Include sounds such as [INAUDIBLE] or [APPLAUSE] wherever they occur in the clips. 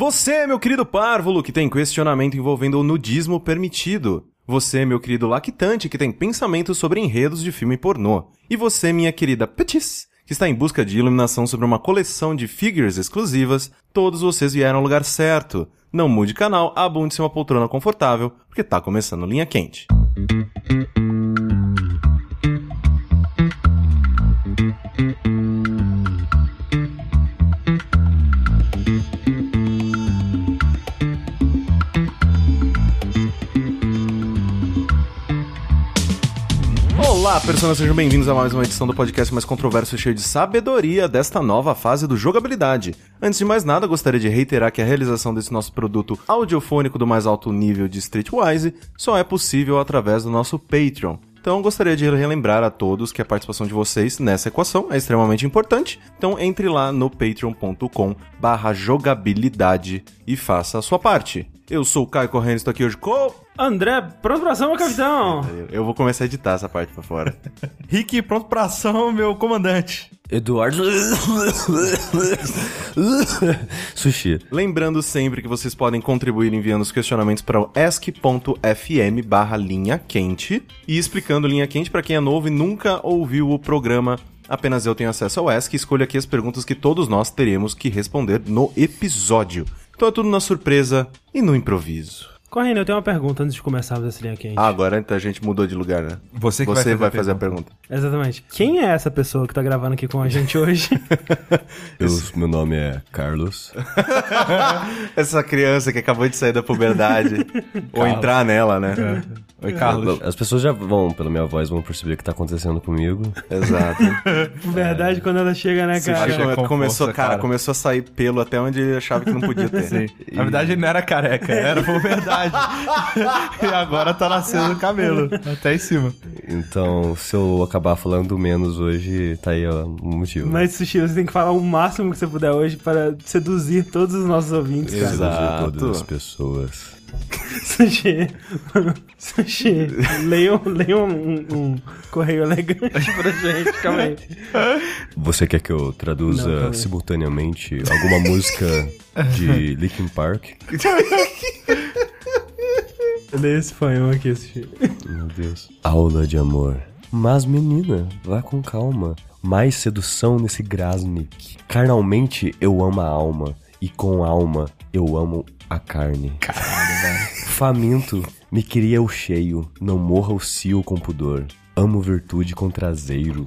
Você, meu querido párvulo, que tem questionamento envolvendo o nudismo permitido. Você, meu querido lactante, que tem pensamentos sobre enredos de filme pornô. E você, minha querida Petis, que está em busca de iluminação sobre uma coleção de figures exclusivas. Todos vocês vieram ao lugar certo. Não mude canal, abunde-se uma poltrona confortável, porque tá começando linha quente. Olá, pessoas, sejam bem-vindos a mais uma edição do podcast mais controverso e cheio de sabedoria desta nova fase do jogabilidade. Antes de mais nada, gostaria de reiterar que a realização desse nosso produto audiofônico do mais alto nível de Streetwise só é possível através do nosso Patreon. Então, gostaria de relembrar a todos que a participação de vocês nessa equação é extremamente importante. Então, entre lá no patreon.com/jogabilidade e faça a sua parte. Eu sou o Caio Corrêa, estou aqui hoje com André, pronto pra ação, meu capitão! eu vou começar a editar essa parte pra fora. Rick, pronto pra ação, meu comandante. Eduardo. Sushi. Lembrando sempre que vocês podem contribuir enviando os questionamentos para o ask.fm barra linha quente e explicando linha quente para quem é novo e nunca ouviu o programa. Apenas eu tenho acesso ao ask e escolho aqui as perguntas que todos nós teremos que responder no episódio. Então é tudo na surpresa e no improviso. Correndo, eu tenho uma pergunta antes de começarmos essa linha quente. Ah, agora então a gente mudou de lugar, né? Você que Você vai vai fazer fazer a pergunta. Exatamente. Quem é essa pessoa que tá gravando aqui com a gente hoje? Eu, meu nome é Carlos. Essa criança que acabou de sair da [LAUGHS] puberdade. ou entrar nela, né? Oi, Carlos. As pessoas já vão, pela minha voz, vão perceber o que tá acontecendo comigo. Exato. Verdade, quando ela chega, né, cara? chega- com começou, força, cara, cara. começou a sair pelo até onde ele achava que não podia [LAUGHS] ter. Na verdade, ele não era careca, era por [LAUGHS] verdade. e agora tá nascendo o cabelo, até em cima. Então, se eu acabar falando menos hoje, tá aí ó, o motivo. Mas, Sushi, você tem que falar o máximo que você puder hoje para seduzir todos os nossos ouvintes, cara. Preciso de todas Exato. as pessoas. Sushi, Sushi, leia, um- leia um, um- um correio elegante pra gente, calma aí. Você quer que eu Não, é. traduza calma aí. simultaneamente alguma música de Linkin Park? Leia esse fanhão aqui, Sushi. Meu Deus. Aula de amor. Mas, menina, vá com calma. Mais sedução nesse Grasnik. Carnalmente eu amo a alma. E com alma eu amo a carne. Caralho, velho. Faminto, me queria o cheio. Não morra o cio com pudor. Amo virtude com traseiro.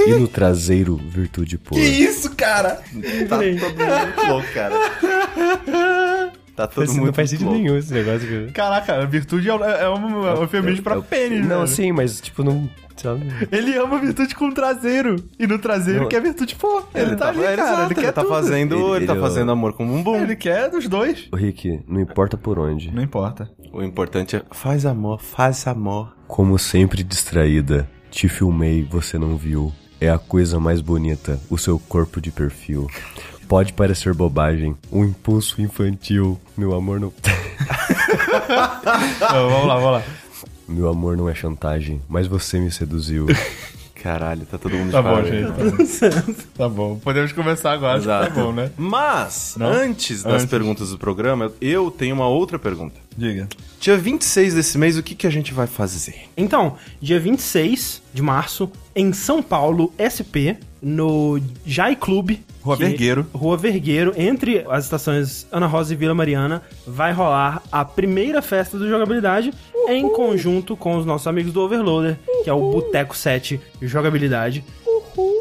E no traseiro, virtude por. isso, cara? Tá todo mundo louco, cara. Tá todo mundo louco. esse negócio. Que... Caraca, a virtude é um, é um, é um eufemismo pra pênis, Não, velho. sim, mas tipo, não. Sabe? Ele ama virtude com traseiro. E no traseiro Não. quer virtude, pô. Ele, tá ali, ele, cara. Ele quer tá tudo. fazendo, ele, Ele- tá ele- fazendo amor com bumbum. Ele quer dos dois. Ô, Rick, não importa por onde. Não importa. O importante é faz amor, faz amor. Como sempre distraída, te filmei, você não viu. É a coisa mais bonita, o seu corpo de perfil. Pode parecer bobagem, um impulso infantil. Meu amor não. [LAUGHS] Não, Ah, vamos lá, vamos [LAUGHS] lá. Meu amor não é chantagem, mas você me [LAUGHS] seduziu. Caralho, tá todo mundo Tá de bom, parabéns. gente. Tá bom. Podemos começar agora, acho que tá Exato. bom, né? Mas, Não? antes das Antes. perguntas do programa, eu tenho uma outra pergunta. Diga. Dia 26 desse mês, o que, que a gente vai fazer? Então, dia 26 de março, em São Paulo, SP, no Jai Clube. Rua que- Vergueiro. Rua Vergueiro, entre as estações Ana Rosa e Vila Mariana, vai rolar a primeira festa do Jogabilidade em conjunto com os nossos amigos do Overloader, que é o Boteco 7 Jogabilidade.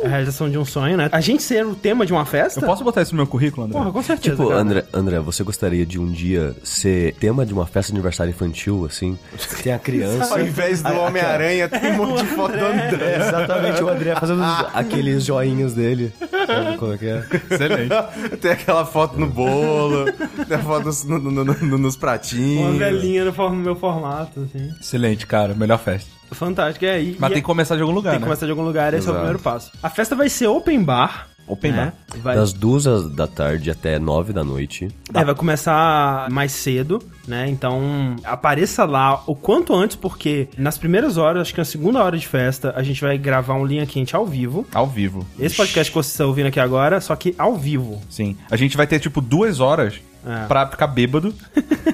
É a realização de um sonho, né? A gente ser o tema de uma festa? Eu posso botar isso no meu currículo, André? Porra, com certeza. tipo, cara. André, André, você gostaria de um dia ser tema de uma festa de aniversário infantil, assim? Tem a criança. invés do Homem-Aranha, tem um [LAUGHS] monte de foto do André. É, exatamente, o André fazendo [LAUGHS] aqueles joinhas dele. Sabe como é que é? Excelente. [LAUGHS] Tem aquela foto no bolo, tem a foto nos, no- no- no- nos Uma pratinhos. velhinha no form- no meu formato, assim. Excelente, cara. Melhor festa. Fantástico, é. E, Mas e tem que começar de algum lugar, Tem que né? começar de algum lugar, esse é o Exato. É. primeiro passo. A festa vai ser open bar. Open né? Vai, Das duas às- da tarde até nove da noite. é, vai começar mais cedo, né? Então apareça lá o quanto antes, porque nas primeiras horas, acho que na segunda hora de festa, a gente vai gravar um linha quente ao vivo. Ao vivo. Esse podcast que vocês estão ouvindo aqui agora, só que ao vivo. Sim. A gente vai ter, tipo, duas horas É. pra ficar bêbado. [LAUGHS]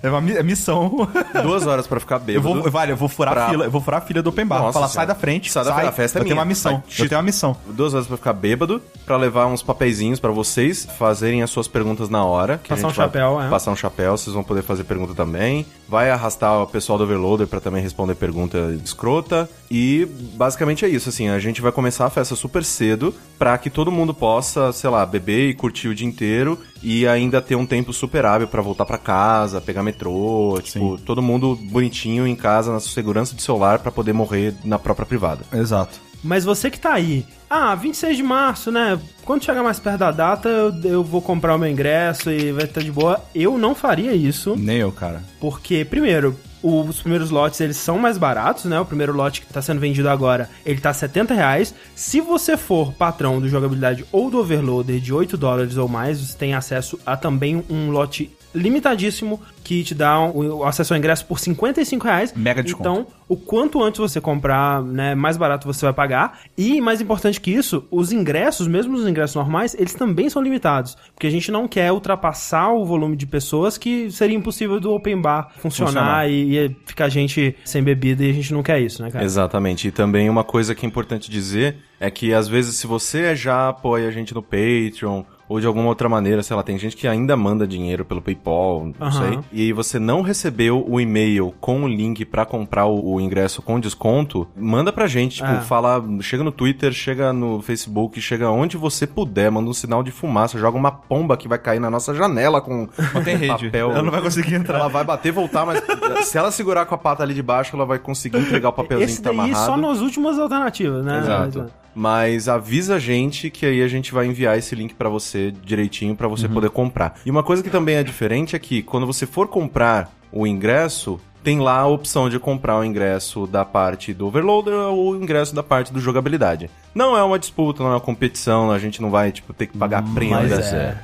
É uma mi- é [LAUGHS] missão. Duas horas pra ficar Eu bêbado. vou, vale, eu vou furar Pra- a fila, eu vou furar a fila do open bar. Nossa Vou falar, sai senhora. da frente, Sai da frente, a festa é eu minha. Tenho uma missão. Sai, eu tenho uma missão. Duas horas pra ficar bêbado, pra levar uns papeizinhos pra vocês fazerem as suas perguntas na hora. que a Passar gente um vai chapéu, é. Passar um chapéu, vocês vão poder fazer pergunta também. Vai arrastar o pessoal do Overloader pra também responder pergunta escrota. E basicamente é isso, assim, a gente vai começar a festa super cedo pra que todo mundo possa, sei lá, beber e curtir o dia inteiro e ainda ter um tempo super hábil pra voltar pra casa, pegar metrô, tipo, todo mundo bonitinho em casa, na segurança do celular pra poder morrer na própria privada. Exato. Mas você que tá aí, ah, 26 de março, né? Quando chegar mais perto da data, eu, eu vou comprar o meu ingresso e vai estar de boa. Eu não faria isso. Nem eu, cara. Porque, primeiro, o- os primeiros lotes eles são mais baratos, né? O primeiro lote que tá sendo vendido agora, ele tá R$ 70 reais. Se você for patrão do jogabilidade ou do overloader de 8 dólares ou mais, você tem acesso a também um lote limitadíssimo que te dá um, o o acesso ao ingresso por R$ 55 reais. Mega desconto. Então, o quanto antes você comprar, né, mais barato você vai pagar. E mais importante que isso, os ingressos, mesmo os ingressos normais, eles também são limitados, porque a gente não quer ultrapassar o volume de pessoas que seria impossível do open bar funcionar, Funcionar. E, e ficar gente sem bebida e a gente não quer isso, né, cara? Exatamente. E também uma coisa que é importante dizer é que às vezes se você já apoia a gente no Patreon ou de alguma outra maneira, sei lá, tem gente que ainda manda dinheiro pelo PayPal, não Aham. sei. E você não recebeu o e-mail com o link pra comprar o, o ingresso com desconto, manda pra gente, tipo, É. fala, chega no Twitter, chega no Facebook, chega onde você puder, manda um sinal de fumaça, joga uma pomba que vai cair na nossa janela com Não tem rede. papel. Ela não vai conseguir entrar. Ela vai bater, voltar, mas se ela segurar com a pata ali de baixo, ela vai conseguir entregar o papelzinho Esse que tá daí amarrado. só nas últimas alternativas, né? Exato. Mas avisa a gente que aí a gente vai enviar esse link pra você direitinho pra você poder comprar. E uma coisa que também é diferente é que quando você for comprar o ingresso, tem lá a opção de comprar o ingresso da parte do overloader ou o ingresso da parte do jogabilidade. Não é uma disputa, não é uma competição, a gente não vai tipo ter que pagar prenda. é.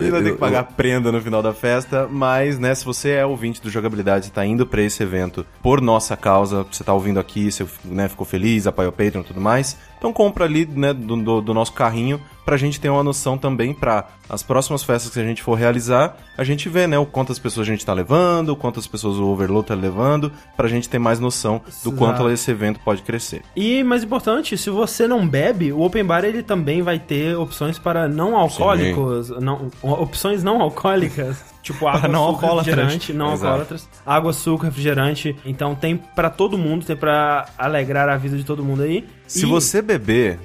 A gente vai ter que Eu- pagar prenda no final da festa, mas, né, se você é ouvinte do Jogabilidade, você tá indo pra esse evento por nossa causa, você tá ouvindo aqui, você né, ficou feliz, apoia o Patreon e tudo mais, então compra ali, né, do, do, do nosso carrinho, pra gente ter uma noção também pra as próximas festas que a gente for realizar, a gente vê, né, o quantas pessoas a gente tá levando, quantas pessoas o Overload tá levando, pra gente ter mais noção do Exato. quanto esse evento pode crescer. E mais importante, se você não bebe, o Open Bar ele também vai ter opções para não alcoólicos, não, opções não alcoólicas, [LAUGHS] tipo água, não suco, alcoólatras. refrigerante, não Exato. alcoólatras, água, suco, refrigerante. Então tem pra todo mundo, tem pra alegrar a vida de todo mundo aí. Se E- você beber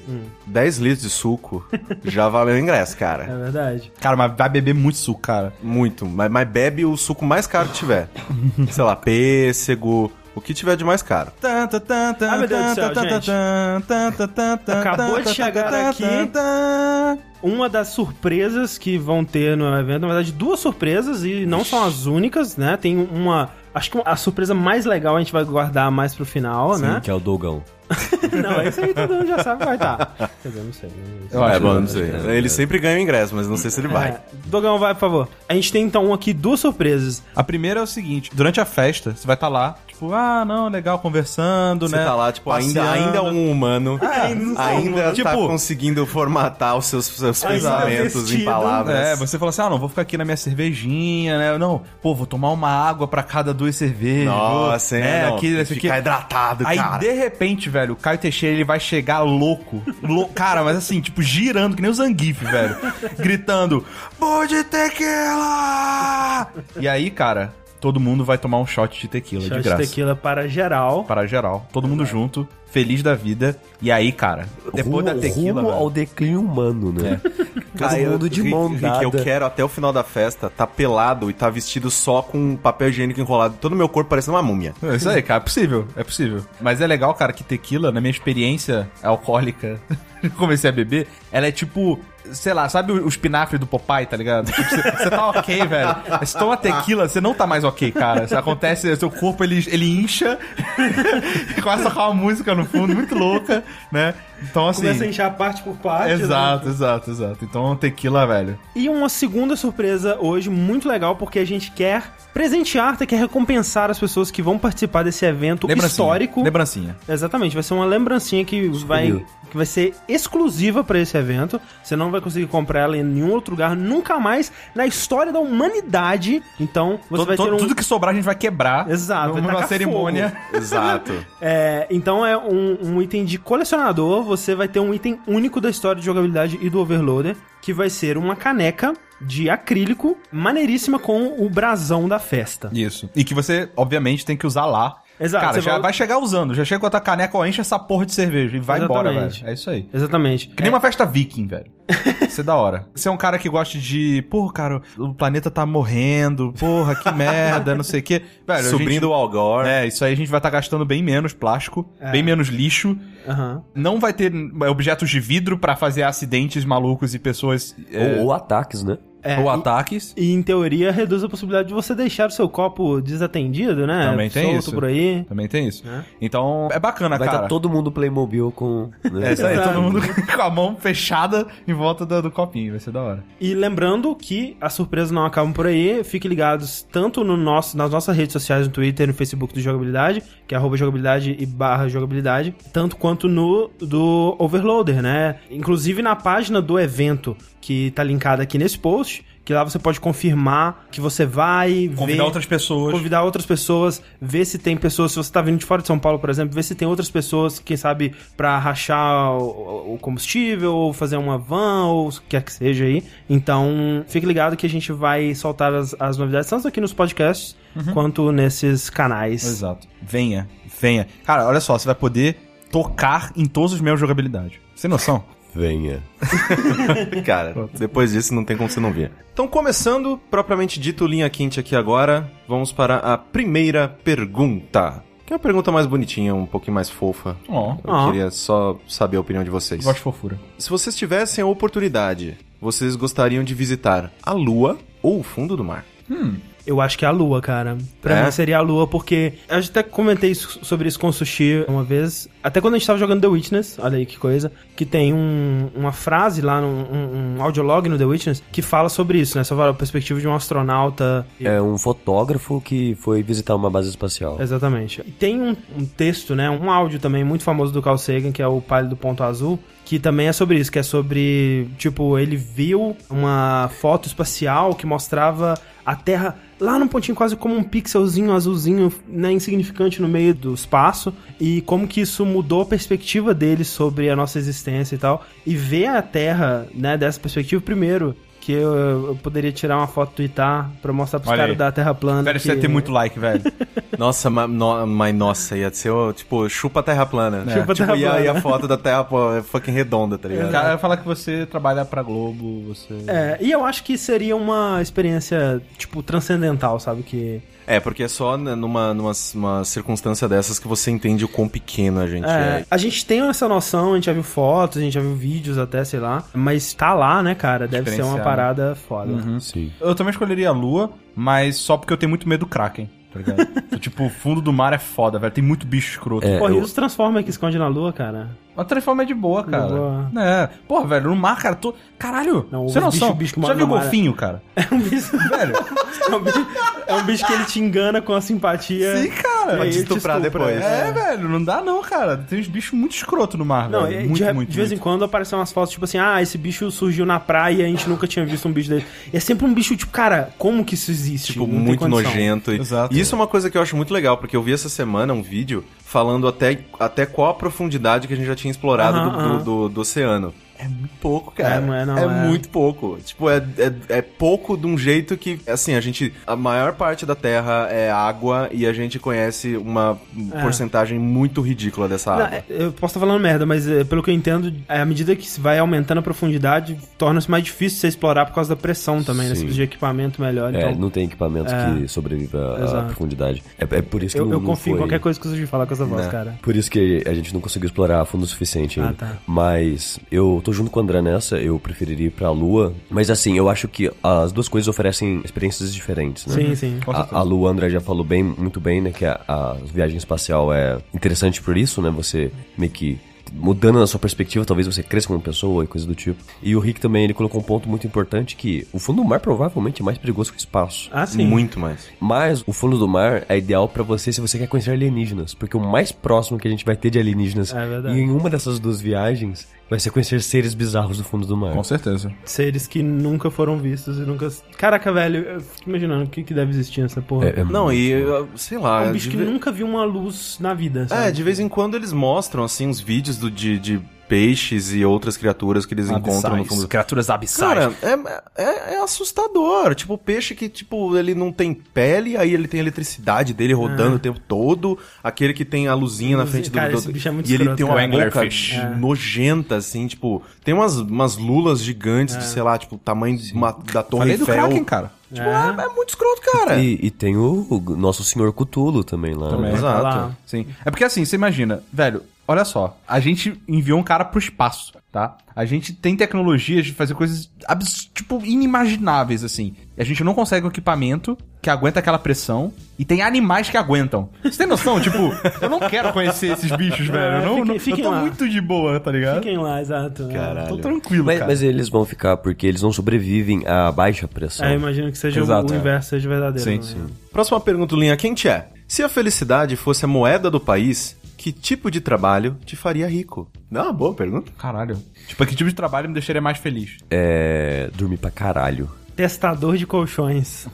10 litros de suco, já valeu o ingresso, cara. é verdade. Cara, mas vai beber muito suco, cara. Muito, mas, mas bebe o suco mais caro que tiver. Sei lá, pêssego, o que tiver de mais caro. Ai, meu Deus do céu, gente. Acabou de chegar aqui. Uma das surpresas que vão ter no evento, na verdade, duas surpresas e não são as únicas, né? Tem uma, acho que a surpresa mais legal a gente vai guardar mais pro final, né? [LAUGHS] Que é o Dogão. Não, esse aí todo mundo já sabe que vai estar. [LAUGHS] Quer dizer, não sei. Não sei. Eu acho, é, bom, não acho sei. que é. Ele sempre ganha o ingresso, mas não sei se ele vai. É, Dogão, vai, por favor. A gente tem então aqui duas surpresas. A primeira é o seguinte, durante a festa, você vai estar lá, tipo, ah, não, legal, conversando, Você né? tá lá, tipo, ainda, passeando. ainda é um humano. não sou ainda humano. tá Tipo- conseguindo formatar os seus, seus pensamentos em vestido. palavras. É, você fala assim, ah, não, vou ficar aqui na minha cervejinha, né? Não, pô, vou tomar uma água pra cada duas cervejas. Nossa, vou, é, né? não, aqui, isso ficar aqui. hidratado, Aí, cara. de repente, velho, o Caio Teixeira, ele vai chegar louco. Lou- Cara, mas assim, tipo, girando, que nem o Zangief, velho. gritando, Bom de tequila! E aí, cara, todo mundo vai tomar um shot de tequila, Shot de graça. de tequila para geral. Para geral, todo mundo junto, feliz da vida. E aí, cara, depois Rumo- da tequila... Rumo velho, ao declínio humano, né? Cara, Todo eu- mundo de Rick- mão Rick, dada. eu quero até o final da festa tá pelado e tá vestido só com papel higiênico enrolado. Todo meu corpo parecendo uma múmia. É isso aí, cara. É possível, é possível. Mas é legal, cara, que tequila, na minha experiência alcoólica, [LAUGHS] eu comecei a beber, ela é tipo, sei lá, sabe o- os pinafres do Popeye, tá ligado? Tipo, você, você tá [LAUGHS] ok, velho. Mas Se toma tequila, você não tá mais ok, cara. Isso acontece, seu corpo, ele, ele incha, [LAUGHS] e começa a tocar uma música no fundo, muito louca, né? Então, assim... Começa a inchar parte por parte. né? Exato, exato, exato. Então, tequila, velho. E uma segunda surpresa hoje, muito legal, porque a gente quer presentear, quer recompensar as pessoas que vão participar desse evento Lembrancinha. histórico. Lembrancinha. Exatamente, vai ser uma lembrancinha que vai, que vai ser exclusiva para esse evento. Você não vai conseguir comprar ela em nenhum outro lugar, nunca mais na história da humanidade. Então, você Todo- vai todo- ter um. Tudo que sobrar a gente vai quebrar. Exato, vai Numa tacar cerimônia. Exato. É, então é um, um item de colecionador, você vai ter um item único da história de jogabilidade e do Overloader, que vai ser uma caneca de acrílico maneiríssima com o brasão da festa. Isso. E que você, obviamente, tem que usar lá. Exato, Cara, você já vai- vai... chegar usando. Já chega com a tua caneca, ó, enche essa porra de cerveja e vai embora, Exatamente. velho. É isso aí. Exatamente. Que nem uma festa viking, velho. Isso é da hora. Você é um cara que gosta de. Pô, cara, o planeta tá morrendo. Porra, que merda, não sei o quê. Velho, a gente- Subindo o Algor. É, isso aí a gente vai estar gastando bem menos plástico, É. bem menos lixo. Aham. Não vai ter hum, objetos de vidro pra fazer acidentes malucos e pessoas. é, Ou, ou ataques, né? É, ou e- ataques. E em teoria reduz a possibilidade de você deixar o seu copo desatendido, né? Também tem Solto isso. por aí. Também tem isso. Né? Então, é bacana, Vai cara. estar todo mundo Playmobil com. né? É isso aí, Exato. todo mundo [LAUGHS] com a mão fechada em volta do, do copinho, vai ser da hora. E lembrando que as surpresas não acabam por aí, fiquem ligados tanto no nosso, nas nossas redes sociais, no Twitter e no Facebook do Jogabilidade, que é arroba jogabilidade e barra jogabilidade, tanto quanto no do Overloader, né? Inclusive na página do evento, que tá linkada aqui nesse post, que lá você pode confirmar que você vai ver... pessoas. Convidar outras pessoas, ver se tem pessoas. Se você tá vindo de fora de São Paulo, por exemplo, ver se tem outras pessoas, quem sabe, pra rachar o, o combustível, ou fazer uma van, ou o que quer que seja aí. Então, fique ligado que a gente vai soltar as, as novidades, tanto aqui nos podcasts, Uhum. quanto nesses canais. Exato. Venha, venha. Cara, olha só, você vai poder tocar em todos os meus jogabilidade. Sem noção? Venha. Cara, depois disso não tem como você não ver. Então, começando, propriamente dito, linha quente aqui agora, vamos para a primeira pergunta. Que é uma pergunta mais bonitinha, um pouquinho mais fofa. [LAUGHS] Ó, Eu Ah. queria só saber a opinião de vocês. gosto de fofura. Se vocês tivessem a oportunidade, vocês gostariam de visitar a Lua ou o fundo do mar? Eu acho que é a lua, cara. Pra É? mim seria a lua, porque. Eu até comentei isso- sobre isso com o Sushi uma vez. Até quando a gente tava jogando The Witness, olha aí que coisa. Que tem um- uma frase lá, num, um, um audiolog no The Witness, que fala sobre isso, né? Sobre a perspectiva de um astronauta. É um fotógrafo que foi visitar uma base espacial. Exatamente. E tem um, um texto, né? Um áudio também muito famoso do Carl Sagan, que é o Palio do Ponto Azul, que também é sobre isso, que é sobre, tipo, ele viu uma foto espacial que mostrava a Terra lá num pontinho quase como um pixelzinho azulzinho, né, insignificante no meio do espaço, e como que isso mudou a perspectiva dele sobre a nossa existência e tal. E ver a Terra, né, dessa perspectiva primeiro, que eu, eu poderia tirar uma foto, twittar, pra mostrar pros Olha caras aí. da Terra plana. Velho, você que- vai ter muito like, [LAUGHS] velho. Nossa, mas no, mas nossa, ia ser, ó, tipo, chupa a terra plana. Tipo, É. Chupa a terra e a- plana. e a foto da terra pô, é fucking redonda, tá ligado? O cara vai falar que você trabalha pra Globo, você. É, e eu acho que seria uma experiência, tipo, transcendental, sabe? Que. É, porque é só n- numa, numa, numa circunstância dessas que você entende o quão pequeno a gente É, é. a gente tem essa noção, a gente já viu fotos, a gente já viu vídeos até, sei lá. Mas tá lá, né, cara? Deve ser uma Diferenciado. parada foda. Sim. Eu também escolheria a lua, mas só porque eu tenho muito medo do Kraken, tá ligado? [LAUGHS] Então, tipo, o fundo do mar é foda, velho. Tem muito bicho escroto. É, Pô, e eu- os Transformers que esconde na lua, cara? [LAUGHS] Mas Transforma é de boa, cara. boa. É. Porra, velho, no mar, cara, tô. Caralho, Não, você o não bicho- são. o bicho que Já mora viu no mar é- golfinho, cara? É um bicho, velho. É um bicho, é um bicho que ele te engana com a simpatia. Sim, cara. E aí te ele estuprar depois. É, velho, não dá não, cara. Tem uns bichos muito escroto no mar, Não, velho. e Muito, de, muito, de vez em muito. quando aparecem umas fotos, tipo assim, ah, esse bicho surgiu na praia e a gente nunca tinha visto um bicho dele. E é sempre um bicho, tipo, cara, como que isso existe? Tipo, Não tem muito condição. nojento. E Exato. e isso é uma coisa que eu acho muito legal, porque eu vi essa semana um vídeo falando até, até qual a profundidade que a gente já tinha explorado Aham, do, aham. Do, do- do oceano. É muito pouco, cara. É, não é, não, é. muito pouco. Tipo, é, é, é pouco de um jeito que, assim, a gente. A maior parte da Terra é água e a gente conhece uma É. porcentagem muito ridícula dessa água. Não, é, eu posso estar falando merda, mas é, pelo que eu entendo, é, à medida que se vai aumentando a profundidade, torna-se mais difícil você explorar por causa da pressão também, né? Você Sim. precisa de equipamento melhor. É, então, não tem equipamento que sobreviva à Exato. profundidade. É, é por isso que eu, não, eu não confio em foi- qualquer coisa que o Suji falar com essa voz, Né. cara. Por isso que a gente não conseguiu explorar a fundo o suficiente ainda. Ah, tá. Mas eu tô junto com o André nessa, eu preferiria ir pra Lua. Mas assim, eu acho que as duas coisas oferecem experiências diferentes, né? Sim, sim. Com certeza. A, a Lu André já falou bem, muito bem, né? Que a, a viagem espacial é interessante por isso, né? Você meio que mudando a sua perspectiva, talvez você cresça como pessoa e coisa do tipo. E o Rick também, ele colocou um ponto muito importante que o fundo do mar provavelmente é mais perigoso que o espaço. Ah, sim. Muito mais. Mas o fundo do mar é ideal pra você se você quer conhecer alienígenas, porque o mais próximo que a gente vai ter de alienígenas É verdade. em uma dessas duas viagens Vai ser conhecer seres bizarros do fundo do mar. Com certeza. Seres que nunca foram vistos e nunca. Caraca, velho, eu fico imaginando o que, que deve existir nessa porra. É, é Não, e eu, sei lá. um bicho é, de que ve- nunca viu uma luz na vida, sabe? É, de vez em quando eles mostram, assim, uns vídeos do, de, de peixes e outras criaturas que Ah, eles encontram no fundo do Criaturas abissais. Cara, é, é, é assustador. Tipo, o peixe que, tipo, ele não tem pele, aí ele tem a eletricidade dele rodando É. o tempo todo. Aquele que tem a luzinha na Luzinha, frente do... cara, do- esse bicho é muito e ele escroto, tem uma cara. boca Anglerfish. É. nojenta, assim, tipo... Tem umas, umas lulas gigantes, É. do, sei lá, tipo, tamanho de uma- da Torre Falei do Eiffel. Kraken, cara. Tipo, é. é muito escroto, cara. E, e tem o, o nosso senhor Cutulo também lá. Também. né? Exato. Tá Lá. Sim. É porque assim, você imagina, velho, olha só, a gente enviou um cara pro espaço, tá? A gente tem tecnologias de fazer coisas abs- tipo inimagináveis assim. E a gente não consegue um equipamento que aguenta aquela pressão e tem animais que aguentam. Você tem noção, tipo, eu não quero conhecer esses bichos, velho. Eu não, fiquem- não- fiquem eu tô lá. muito de boa, tá ligado? Fiquem lá, exato. Caralho. Tô tranquilo, Mas, cara. mas eles vão ficar porque eles não sobrevivem à baixa pressão. É, eu imagino que seja Exato, o é. inverso, seja verdadeiro. Sim, né? sim. Próxima pergunta, do linha quente é: se a felicidade fosse a moeda do país, que tipo de trabalho te faria rico? Não, é uma boa pergunta. Caralho. Tipo, que tipo de trabalho me deixaria mais feliz? É, dormir pra caralho. Testador de colchões.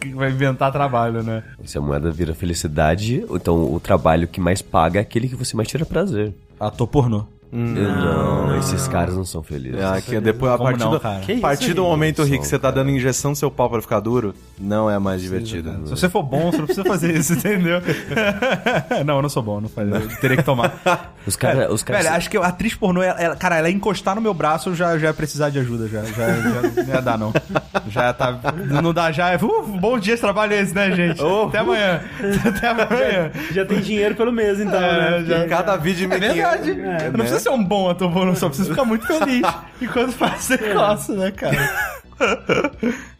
Que vai inventar trabalho, né? Se a moeda vira felicidade, então o trabalho que mais paga é aquele que você mais tira prazer. Ator Ah, pornô. Não, esses caras não são felizes. Ah, que depois, a Como partir, não, do, cara? Que a partir isso, do Rick? momento, Rick, que você tá dando injeção no seu pau pra ficar duro, não é mais divertido. Se você for bom, você não precisa fazer isso, entendeu? [LAUGHS] não, eu não sou bom, não faz. Eu teria que tomar. Os caras. Os caras [LAUGHS] Velho, acho que a atriz pornô, ela, ela- cara, ela encostar no meu braço, eu já, já ia precisar de ajuda, já. Já, já não ia dar, não. Já tá. Não dá, já. é, Uh, bom dia de trabalho esse, né, gente? Até amanhã. Até amanhã. Já tem dinheiro pelo mês, então, É, né? já- Em cada vídeo de É verdade. É, eu né? não preciso ser um bom ator pornô, só preciso ficar muito [LAUGHS] feliz enquanto faz esse negócio, né, [LAUGHS] cara?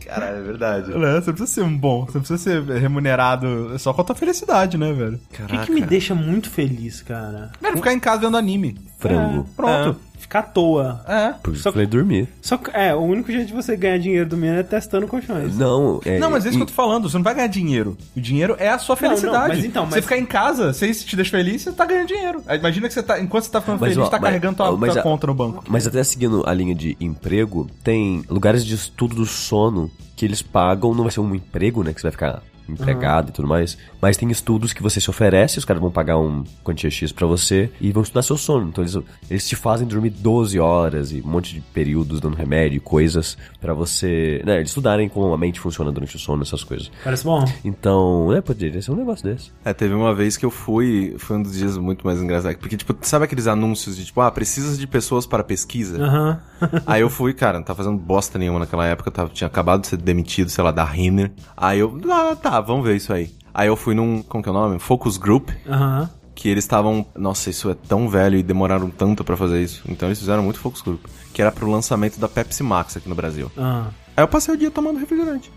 Caralho, é verdade. Né? Você não precisa ser um bom, você não precisa ser remunerado só com a tua felicidade, né, velho? O que, que me deixa muito feliz, cara? É, Velho, ficar em casa vendo anime. frango. Pronto. Ficar à toa. É. Por isso que Só- eu falei dormir. Só que, é, o único jeito de você ganhar dinheiro do menino é testando colchões. Não, é. Não, mas é isso e- que eu tô falando, você não vai ganhar dinheiro. O dinheiro é a sua não, felicidade. mas então, mas- Você ficar em casa, se isso te deixa feliz, você tá ganhando dinheiro. Aí Imagina que você tá, enquanto você tá ficando Mas, feliz, ó, tá mas- carregando tua, ó, mas tua a- conta no banco. Mas até seguindo a linha de emprego, tem lugares de estudo do sono que eles pagam, não vai ser um emprego, né? Que você vai ficar empregado e tudo mais. Mas tem estudos que você se oferece, os caras vão pagar um quantia X pra você e vão estudar seu sono. Então eles, eles te fazem dormir 12 horas e um monte de períodos dando remédio e coisas pra você. Né, eles estudarem como a mente funciona durante o sono, essas coisas. Parece bom. Então, né, poderia ser um negócio desse. É, teve uma vez que eu fui, foi um dos dias muito mais engraçados. Porque, tipo, sabe aqueles anúncios de, tipo, ah, precisa de pessoas para pesquisa? Aham. Aí eu fui, cara, não tava fazendo bosta nenhuma naquela época, eu tava, tinha acabado de ser demitido, sei lá, da Renner. Aí eu, ah, tá, vamos ver isso aí. Aí eu fui num, como que é o nome? Focus Group, Aham. que eles estavam, nossa, isso é tão velho e demoraram tanto pra fazer isso. Então eles fizeram muito Focus Group, que era pro lançamento da Pepsi Max aqui no Brasil. Aham. Aí eu passei o dia tomando [LAUGHS] refrigerante.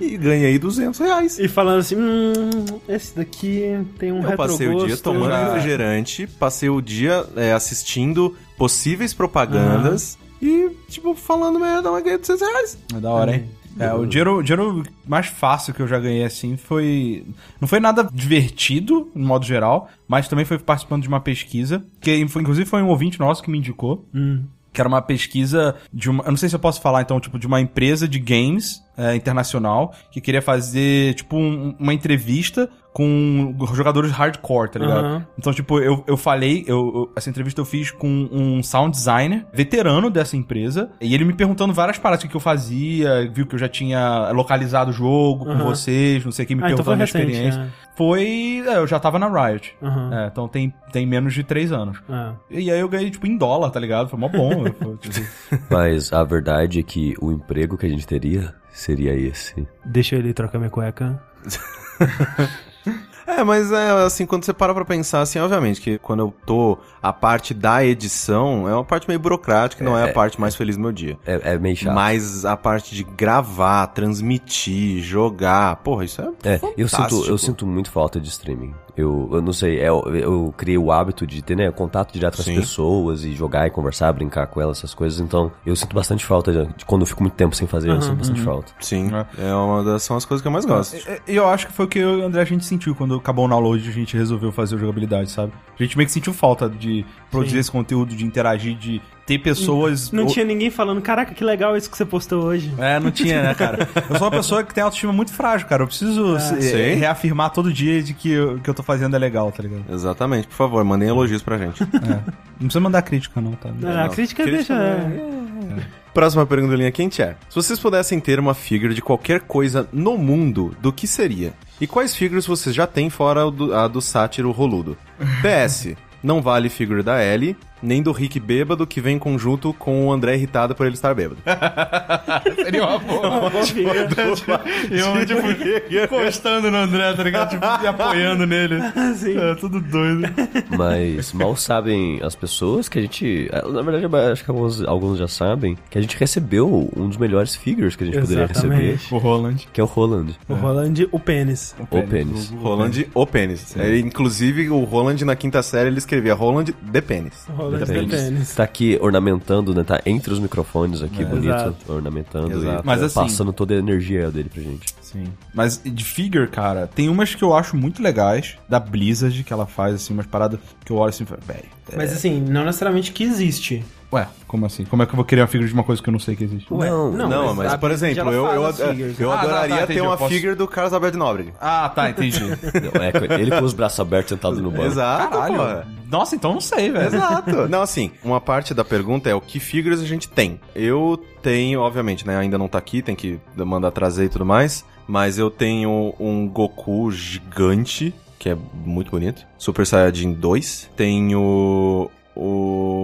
e ganhei 200 reais. E falando assim, hum, esse daqui tem um Eu passei o dia retrogosto. tomando já- refrigerante, passei o dia é, assistindo possíveis propagandas e, tipo, falando merda, mas ganhei 200 reais. É da hora, hein? É, o dinheiro, o dinheiro mais fácil que eu já ganhei, assim, foi... Não foi nada divertido, no modo geral, mas também foi participando de uma pesquisa, que inclusive foi um ouvinte nosso que me indicou, Hum. que era uma pesquisa de uma, eu não sei se eu posso falar então, tipo, de uma empresa de games é, internacional que queria fazer, tipo, um- uma entrevista com jogadores hardcore, tá ligado? Aham. Então, tipo, eu, eu falei, eu, eu- essa entrevista eu fiz com um sound designer, veterano dessa empresa, e ele me perguntando várias paradas, o que que eu fazia, viu que eu já tinha localizado o jogo com Aham. vocês, não sei o que, me Ah, então perguntando foi a minha recente. experiência. né? Foi, é, eu já tava na Riot. Aham. É, então tem, tem menos de três anos. Ah. E aí eu ganhei, tipo, em dólar, tá ligado? Foi mó bom. Foi, [LAUGHS] tipo, Mas a verdade é que o emprego que a gente teria seria esse. Deixa ele trocar minha cueca. É, mas é assim, quando você para pra pensar, assim, obviamente que quando eu tô, a parte da edição é uma parte meio burocrática, não é, a parte mais feliz do meu dia. É, é meio chato. Mas a parte de gravar, transmitir, jogar, porra, isso é. É, eu fantástico. sinto, eu sinto muito falta de streaming. Eu, eu não sei, é, eu, eu criei o hábito de ter né, contato direto com as Sim. pessoas e jogar e conversar, brincar com elas, essas coisas. Então, eu sinto bastante falta de, de quando eu fico muito tempo sem fazer, eu sinto bastante falta. Sim. É uma das são as coisas que eu mais gosto. E- e Eu acho que foi o que eu e o André a gente sentiu quando acabou o download, a gente resolveu fazer o jogabilidade, sabe? A gente meio que sentiu falta de produzir esse conteúdo, de interagir, de ter pessoas. Não ou- tinha ninguém falando, caraca, que legal isso que você postou hoje. É, não tinha, né, cara? Eu sou uma pessoa que tem autoestima muito frágil, cara. Eu preciso se- eh, Sei. reafirmar todo dia de que o que eu tô fazendo é legal, tá ligado? Exatamente, por favor, mandem elogios pra gente. Não precisa mandar crítica, não, tá? Ah, a não. crítica, Crítica deixa. é. Próxima pergunta do linha quente é: Se vocês pudessem ter uma figure de qualquer coisa no mundo, do que seria? E quais figures vocês já têm fora o do- a do sátiro [LAUGHS] roludo? PS, não vale figure da Ellie, nem do Rick bêbado que vem em conjunto com o André irritado por ele estar bêbado. É. Seria uma boa. Boa figura. Eu, [LAUGHS] tipo, encostando no André, tá ligado? Tipo, me apoiando nele. [LAUGHS] Sim. É, tudo doido. Mas mal sabem as pessoas que a gente. é, Na verdade, acho que alguns, alguns já sabem que a gente recebeu um dos melhores figures que a gente poderia Exatamente. receber, O Roland. que é o Roland. O Roland, o pênis. O pênis. Roland o pênis. É, inclusive, o Roland na quinta série ele escrevia Roland de pênis. O Roland, o Exatamente. pênis. Tá aqui ornamentando, né? Tá entre os microfones aqui, bonito. Exato. Ornamentando Exato. e Mas tá assim- passando toda a energia dele pra gente. Sim. Mas de figure, cara, tem umas que eu acho muito legais, da Blizzard, que ela faz, assim, umas paradas que eu olho assim e falo, "Véi, é- Mas assim, não necessariamente que existe. Ué, como assim? Como é que eu vou querer uma figure de uma coisa que eu não sei que existe? Ué, Não, Não, mas, a por Blizzard, exemplo, eu, ela eu, é. faz as figures. né? eu Ah, tá, tá, adoraria ter entendi, eu uma posso- figure do Carlos Alberto de Nóbrega. Ah, [LAUGHS] tá, entendi. Não, é, ele com os braços abertos sentado no banco. Exato, pô. Nossa, então não sei, velho. Exato. Não, assim, uma parte da pergunta é o que figures a gente tem. Eu tenho, obviamente, né? Ainda não tá aqui, tem que mandar trazer e tudo mais. Mas eu tenho um Goku gigante, que é muito bonito. Super Saiyajin 2. Tenho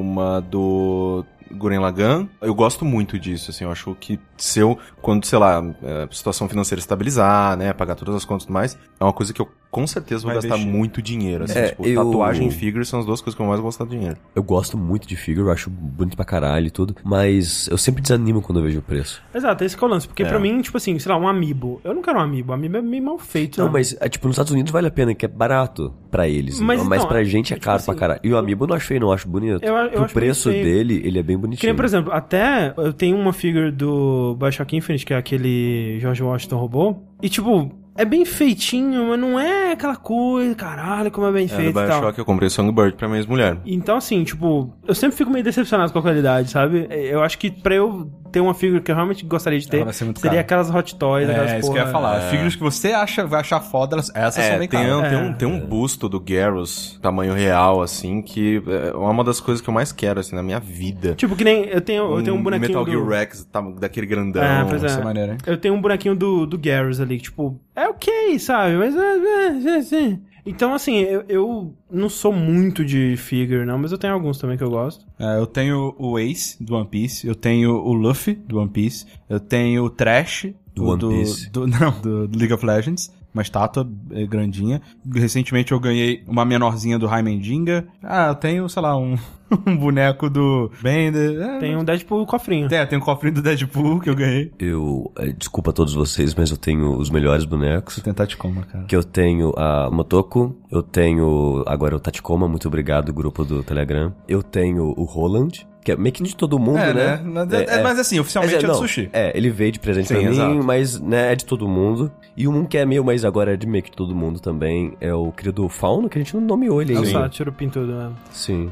uma do Guren Lagan. Eu gosto muito disso, assim. Eu acho que se eu, quando, sei lá, é, a situação financeira estabilizar, né? Pagar todas as contas e tudo mais, é uma coisa que eu com certeza vou Vai gastar mexer. muito dinheiro. Assim, É, [LAUGHS] tipo, eu- tatuagem e figures são as duas coisas que eu mais gosto de dinheiro. Eu gosto muito de figure, eu acho bonito pra caralho e tudo, mas eu sempre desanimo quando eu vejo o preço. Exato, esse que é o lance. Porque É. pra mim, tipo assim, sei lá, um amiibo. Eu não quero um amiibo. Um amiibo é meio mal feito. Não, né? mas, é, tipo, nos Estados Unidos vale a pena, que é barato pra eles. Mas Mas, mas então, pra gente é tipo caro pra assim, caralho. E o Amiibo eu não acho feio, não, eu acho bonito. Eu a- eu Pro acho preço bonito feio. dele, ele é bem Que nem, bonitinho. por exemplo, até eu tenho uma figure do Bioshock Infinite, que é aquele George Washington robô. E, tipo, é bem feitinho, mas não é aquela coisa, caralho, como é bem É, feito no e tal. Bioshock eu comprei Songbird pra minha ex-mulher. Então, assim, tipo, eu sempre fico meio decepcionado com a qualidade, sabe? É, Eu acho que pra eu ter uma figure que eu realmente gostaria de ter, Ela vai ser muito seria cara. aqulas Hot Toys, aquelas É, isso que eu ia porra- falar. Figuras que você acha, vai achar foda, elas- essas são É, bem tem, um, caras. tem, um, tem um busto do Garrus, tamanho real, assim, que é uma das coisas que eu mais quero, assim, na minha vida. Tipo, que nem eu tenho, eu tenho um bonequinho Metal do... Gear Rex, tá- daquele grandão. É, pois Isso é. é maneiro, hein? Eu tenho um bonequinho do, do Garrus ali, que, tipo, é ok, sabe? Mas é, é, é, é. Então, assim, eu, eu não sou muito de figure, não, mas eu tenho alguns também que eu gosto. É, eu tenho o Ace do One Piece, eu tenho o Luffy do One Piece, eu tenho o Trash Do o One Piece. do- [LAUGHS] não, do, do League of Legends, uma estátua eh, grandinha. Recentemente eu ganhei uma menorzinha do Raimendinger. Ah, eu tenho, sei lá, um, [LAUGHS] um boneco do Bender. É, Tem um Deadpool cofrinho. tem, tem um cofrinho do Deadpool que eu ganhei. Eu, eh, desculpa a todos vocês, mas eu tenho os melhores bonecos. Vou tentar te coma, cara. Que eu tenho a Motoko, eu tenho agora o Taticoma, muito obrigado, grupo do Telegram. Eu tenho o Roland, que é meio que de todo mundo, É, né? né? É, é, Mas assim, oficialmente é, Mas do não, sushi. [LAUGHS] É, ele veio de presente Sim, pra mim, exato. mas né, é de todo mundo. E um que é meu, mas agora é de meio que de todo mundo também, é o querido Fauno, que a gente não nomeou ele É o ainda. sátiro pintudo, né? Sim.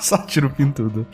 Só tiro pintudo.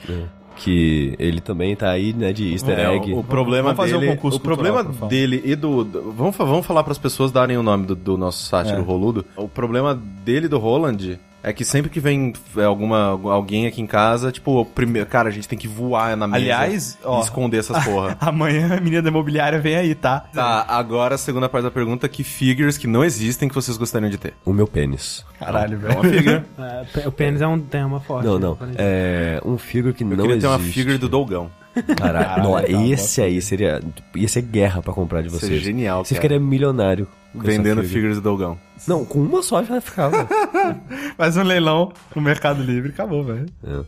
Que ele também tá aí, né, de easter É, egg. o, o problema Vamos fazer um dele, concurso o problema cultural, por favor. dele e do, do- vamos, fa- vamos falar pras pessoas darem o nome do, do nosso sátiro É. roludo. O problema dele e do Roland é que sempre que vem é, alguma alguém aqui em casa, tipo, o primeiro, cara, a gente tem que voar na mesa Aliás, e ó, esconder essas [LAUGHS] porra. amanhã a menina da imobiliária vem aí, tá? Tá, agora a segunda parte da pergunta, que figures que não existem que vocês gostariam de ter? O meu pênis. Caralho, [LAUGHS] velho. [LAUGHS] É, pe- o pênis é um tema forte. Não, né? não. Falei. É um figure que Eu não queria existe. ter uma figure do Dolgão. Caralho, [LAUGHS] Caralho, não, legal, esse aí seria. Ia ser guerra pra comprar de Isso vocês. é genial, Você cara. ficaria milionário. com essa Vendendo figure. figures do [LAUGHS] Dolgão. [LAUGHS] Não, com uma só já ficava. Faz um leilão no Mercado Livre, acabou, velho. É.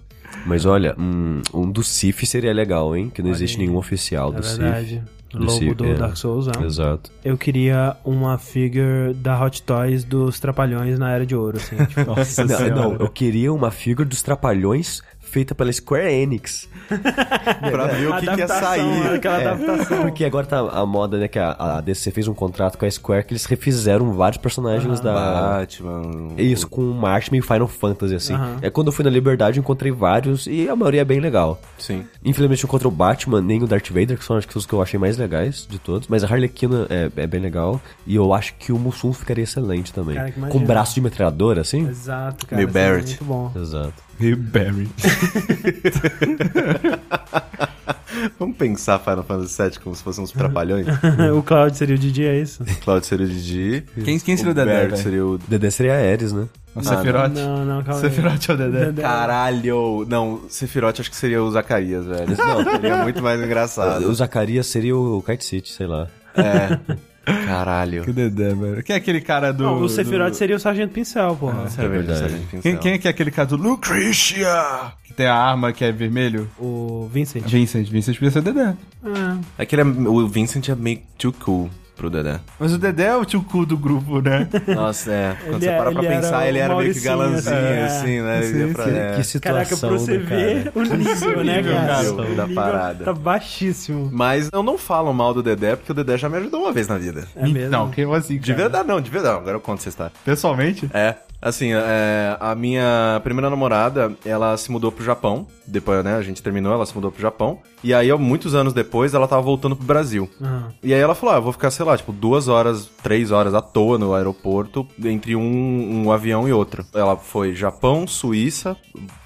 Mas olha, hum, um do Cif seria legal, hein? Que não existe nenhum oficial É do Cif. verdade. Do Logo Sif, do é. Dark Souls, então. é. Exato. Eu queria uma figure da Hot Toys dos Trapalhões na Era de Ouro, assim. Tipo, Não, não, eu queria uma figura dos Trapalhões feita pela Square Enix. pra ver o que, que ia adaptação, sair. né? Aquela É, adaptação. Porque agora tá a moda, né? Que a, a DC fez um contrato com a Square que eles refizeram vários personagens da. Batman. Isso, com Marshman e Final Fantasy, assim. Aham. É quando eu fui na Liberdade, eu encontrei vários e a maioria é bem legal. Sim. Infelizmente não encontrei o Batman nem o Darth Vader, que são acho que os que eu achei mais legais de todos. Mas a Harlequina é, é bem legal. E eu acho que o Mussum ficaria excelente também. Cara, que com imagina. braço de metralhadora, assim? Exato, cara. Meio isso é Barrett. Muito bom. [LAUGHS] Exato. Meio Barry. Vamos pensar Final Fantasy VII como se fossem uns [LAUGHS] trapalhões? o Cloud seria o Didi, é isso? Cloud seria o Didi. Quem- quem seria o Dedé, Bert velho? seria o... Dedé seria a Ares, né? O Sephiroth. Não, não, calma aí. Sephiroth é o Dedé. Dedé. Caralho! Não, Sephiroth acho que seria o Zacarias, velho. Não, seria muito mais engraçado. É. O Zacarias seria o Kite City, sei lá. Caralho. Que Dedé, velho. Quem é aquele cara do. Não, o do- Sephiroth seria o Sargento Pincel, porra. É verdade. né? Quem, quem é que é aquele cara do Lucretia? Que tem a arma que é vermelho? O Vincent. Vincent, Vincent podia ser o Dedé. É que ele é- o Vincent é meio too cool pro Dedé. Mas o Dedé é o tio cu do grupo, né? Nossa, é. Quando Ele você é- para pra ele era pensar, ele o era meio que Mauricinho, galanzinho, assim, é. assim, né? Ele ia pra- é. Que Caraca, pra situação, você né, ver cara? o nível, né, nível, cara? cara, O da nível parada. Tá baixíssimo. Mas eu não falo mal do Dedé, porque o Dedé já me ajudou uma vez na vida. [LAUGHS] É mesmo? Não, quem é assim, De cara? verdade, não, de verdade. Agora eu conto essa história. Pessoalmente? É. Assim, é, a minha primeira namorada, ela se mudou pro Japão. Depois, né, a gente terminou, ela se mudou pro Japão. E aí, ó, muitos anos depois, ela tava voltando pro Brasil. Ah, E aí ela falou, ah, eu vou ficar, sei lá, tipo, duas horas, três horas à toa no aeroporto, entre um, um avião e outro. Ela foi Japão, Suíça,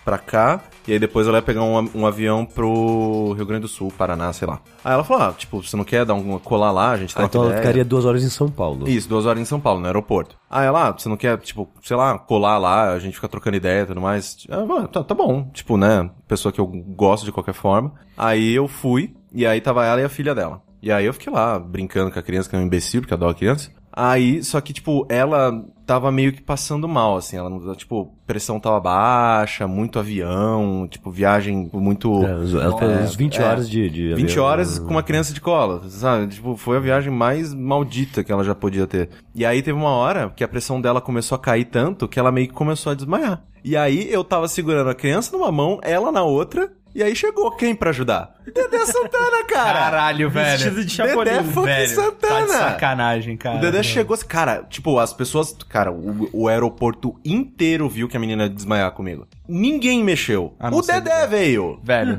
pra cá, e aí depois ela ia pegar um, a- um avião pro Rio Grande do Sul, Paraná, sei lá. Aí ela falou, ah, tipo, você não quer dar uma colar lá, a gente Ah, troca então ela ideia. ficaria duas horas em São Paulo. Isso, duas horas em São Paulo, no aeroporto. Aí ela, ah, você não quer, tipo, sei lá, colar lá, a gente fica trocando ideia e tudo mais. Ah, vá, tá, tá bom, tipo, né, pessoa que eu gosto de qualquer forma. Aí eu fui, e aí tava ela e a filha dela. E aí eu fiquei lá, brincando com a criança, que é um imbecil, porque adora criança. Aí, só que, tipo, ela tava meio que passando mal, assim, ela, não- tipo, pressão tava baixa, muito avião, tipo, viagem muito... É, os- ela tem uns 20 é. horas de, de 20 avião. né? horas com uma criança de cola, sabe? Tipo, foi a viagem mais maldita que ela já podia ter. E aí teve uma hora que a pressão dela começou a cair tanto que ela meio que começou a desmaiar. E aí eu tava segurando a criança numa mão, ela na outra, e aí chegou quem pra ajudar? Dedé Santana, cara! Caralho, Vestido velho. de chapolin. Dedé foi- velho, Tá Santana. de sacanagem, cara. O Dedé chegou, cara, tipo, as pessoas, cara, o, o aeroporto inteiro viu que a menina ia desmaiar comigo. Ninguém mexeu. A não O ser o Dedé veio. [LAUGHS] Velho.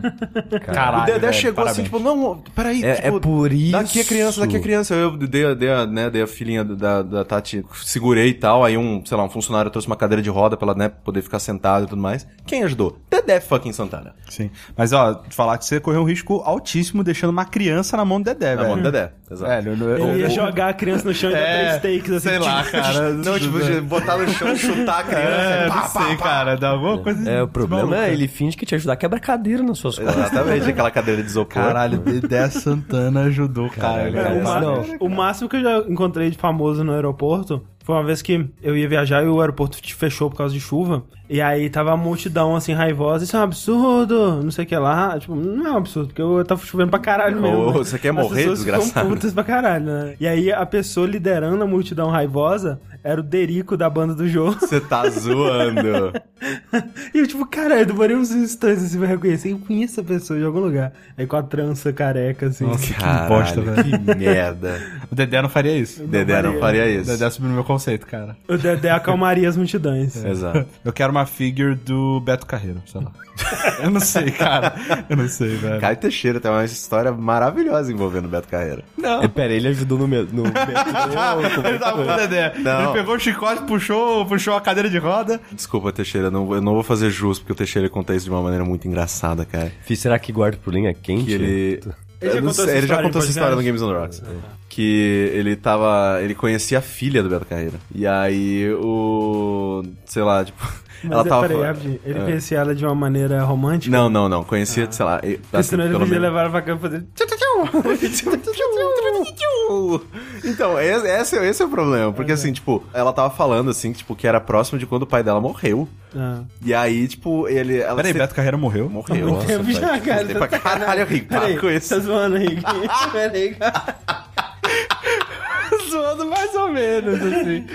Caralho. O Dedé velho, chegou assim, parabéns. tipo, não, peraí, É, tipo, é por isso. Daqui é criança, daqui é criança. Eu dei, a- dei, a, né, dei a filhinha da, da Tati, segurei e tal. Aí um, sei lá, um funcionário trouxe uma cadeira de roda pra ela, né, poder ficar sentada e tudo mais. Quem ajudou? Dedé fucking Santana. Sim. Mas, ó, te falar que você correu um risco altíssimo deixando uma criança na mão do Dedé, Na velho. mão do Tá Dedé, exato. Velho, eu- eu- Ele ia eu- jogar a criança no chão e dar três takes, assim. É, sei [LAUGHS] lá, cara. Não, tipo, de botar no [LAUGHS] chão e chutar a criança. É, pá, não pá, sei, pá. cara. Dá alguma coisa assim. É, o problema maluca. é ele finge que te ajudar a quebrar cadeira nas É. suas costas. Exatamente, aquela cadeira de isopor. né? Caralho, Dedé Santana ajudou, cara. Caralho, Cara, O, ma- Não. o máximo que eu já encontrei de famoso no aeroporto foi uma vez que eu ia viajar e o aeroporto te fechou por causa de chuva. E aí tava a multidão assim raivosa, isso é um absurdo, não sei o que lá. Tipo, não é um absurdo, porque eu tava chovendo pra caralho mesmo. Ô, né? você quer As morrer, pessoas ficam desgraçado? putas pra caralho, né? E aí a pessoa liderando a multidão raivosa era o Derico da banda do jogo. Você tá zoando. [LAUGHS] E eu, tipo, caralho, demorei uns instantes assim pra reconhecer. Eu conheço a pessoa de algum lugar. Aí com a trança careca, assim. Nossa, Caralho, bosta, velho. Que merda. O Dedé não faria isso. Dedé não faria O isso. Dedé subiu no meu conceito, cara. O Dedé acalmaria as multidões. [LAUGHS] Exato. Eu quero uma figure do Beto Carreiro, sei [LAUGHS] lá. Eu não sei, cara. Eu não sei, velho. Caio Teixeira tem uma história maravilhosa envolvendo o Beto Carreira. É, pera, ele ajudou no meu. No... Ele tava com o Dedé. Não. Ele pegou o chicote, puxou, puxou a cadeira de roda. Desculpa, Teixeira, não- eu não vou fazer jus, porque o Teixeira conta isso de uma maneira muito engraçada, cara. Fih, será que guarda por linha quente? Que ele. Ele já Eu não contou sei, essa ele já história né? contou no essa história no podcast? Games on Rocks. É. Que ele tava. Ele conhecia a filha do Beto Carreira. E aí o. Sei lá, tipo. Mas ela é, tava. peraí, rapidinho. ele Ah. conhecia ela de uma maneira romântica? Não, não, não. Conhecia, sei lá. e- Ah. Porque assim, senão ele pelo podia menos- levar ela pra cama e fazer. tchau, tchau, tchau. Então, esse, esse é- esse é o problema. Porque assim, tipo, ela tava falando assim, tipo, que era próximo de quando o pai dela morreu. Ah. E aí, tipo, ele. Ela Peraí, se- Beto Carreira assim, morreu? Tá Morreu. Muito tempo velho, já, muito cara, tempo. tá Caralho, Rick, para Peraí, com tá isso. zoando aí. Peraí, cara. [LAUGHS] zoando mais ou menos, assim.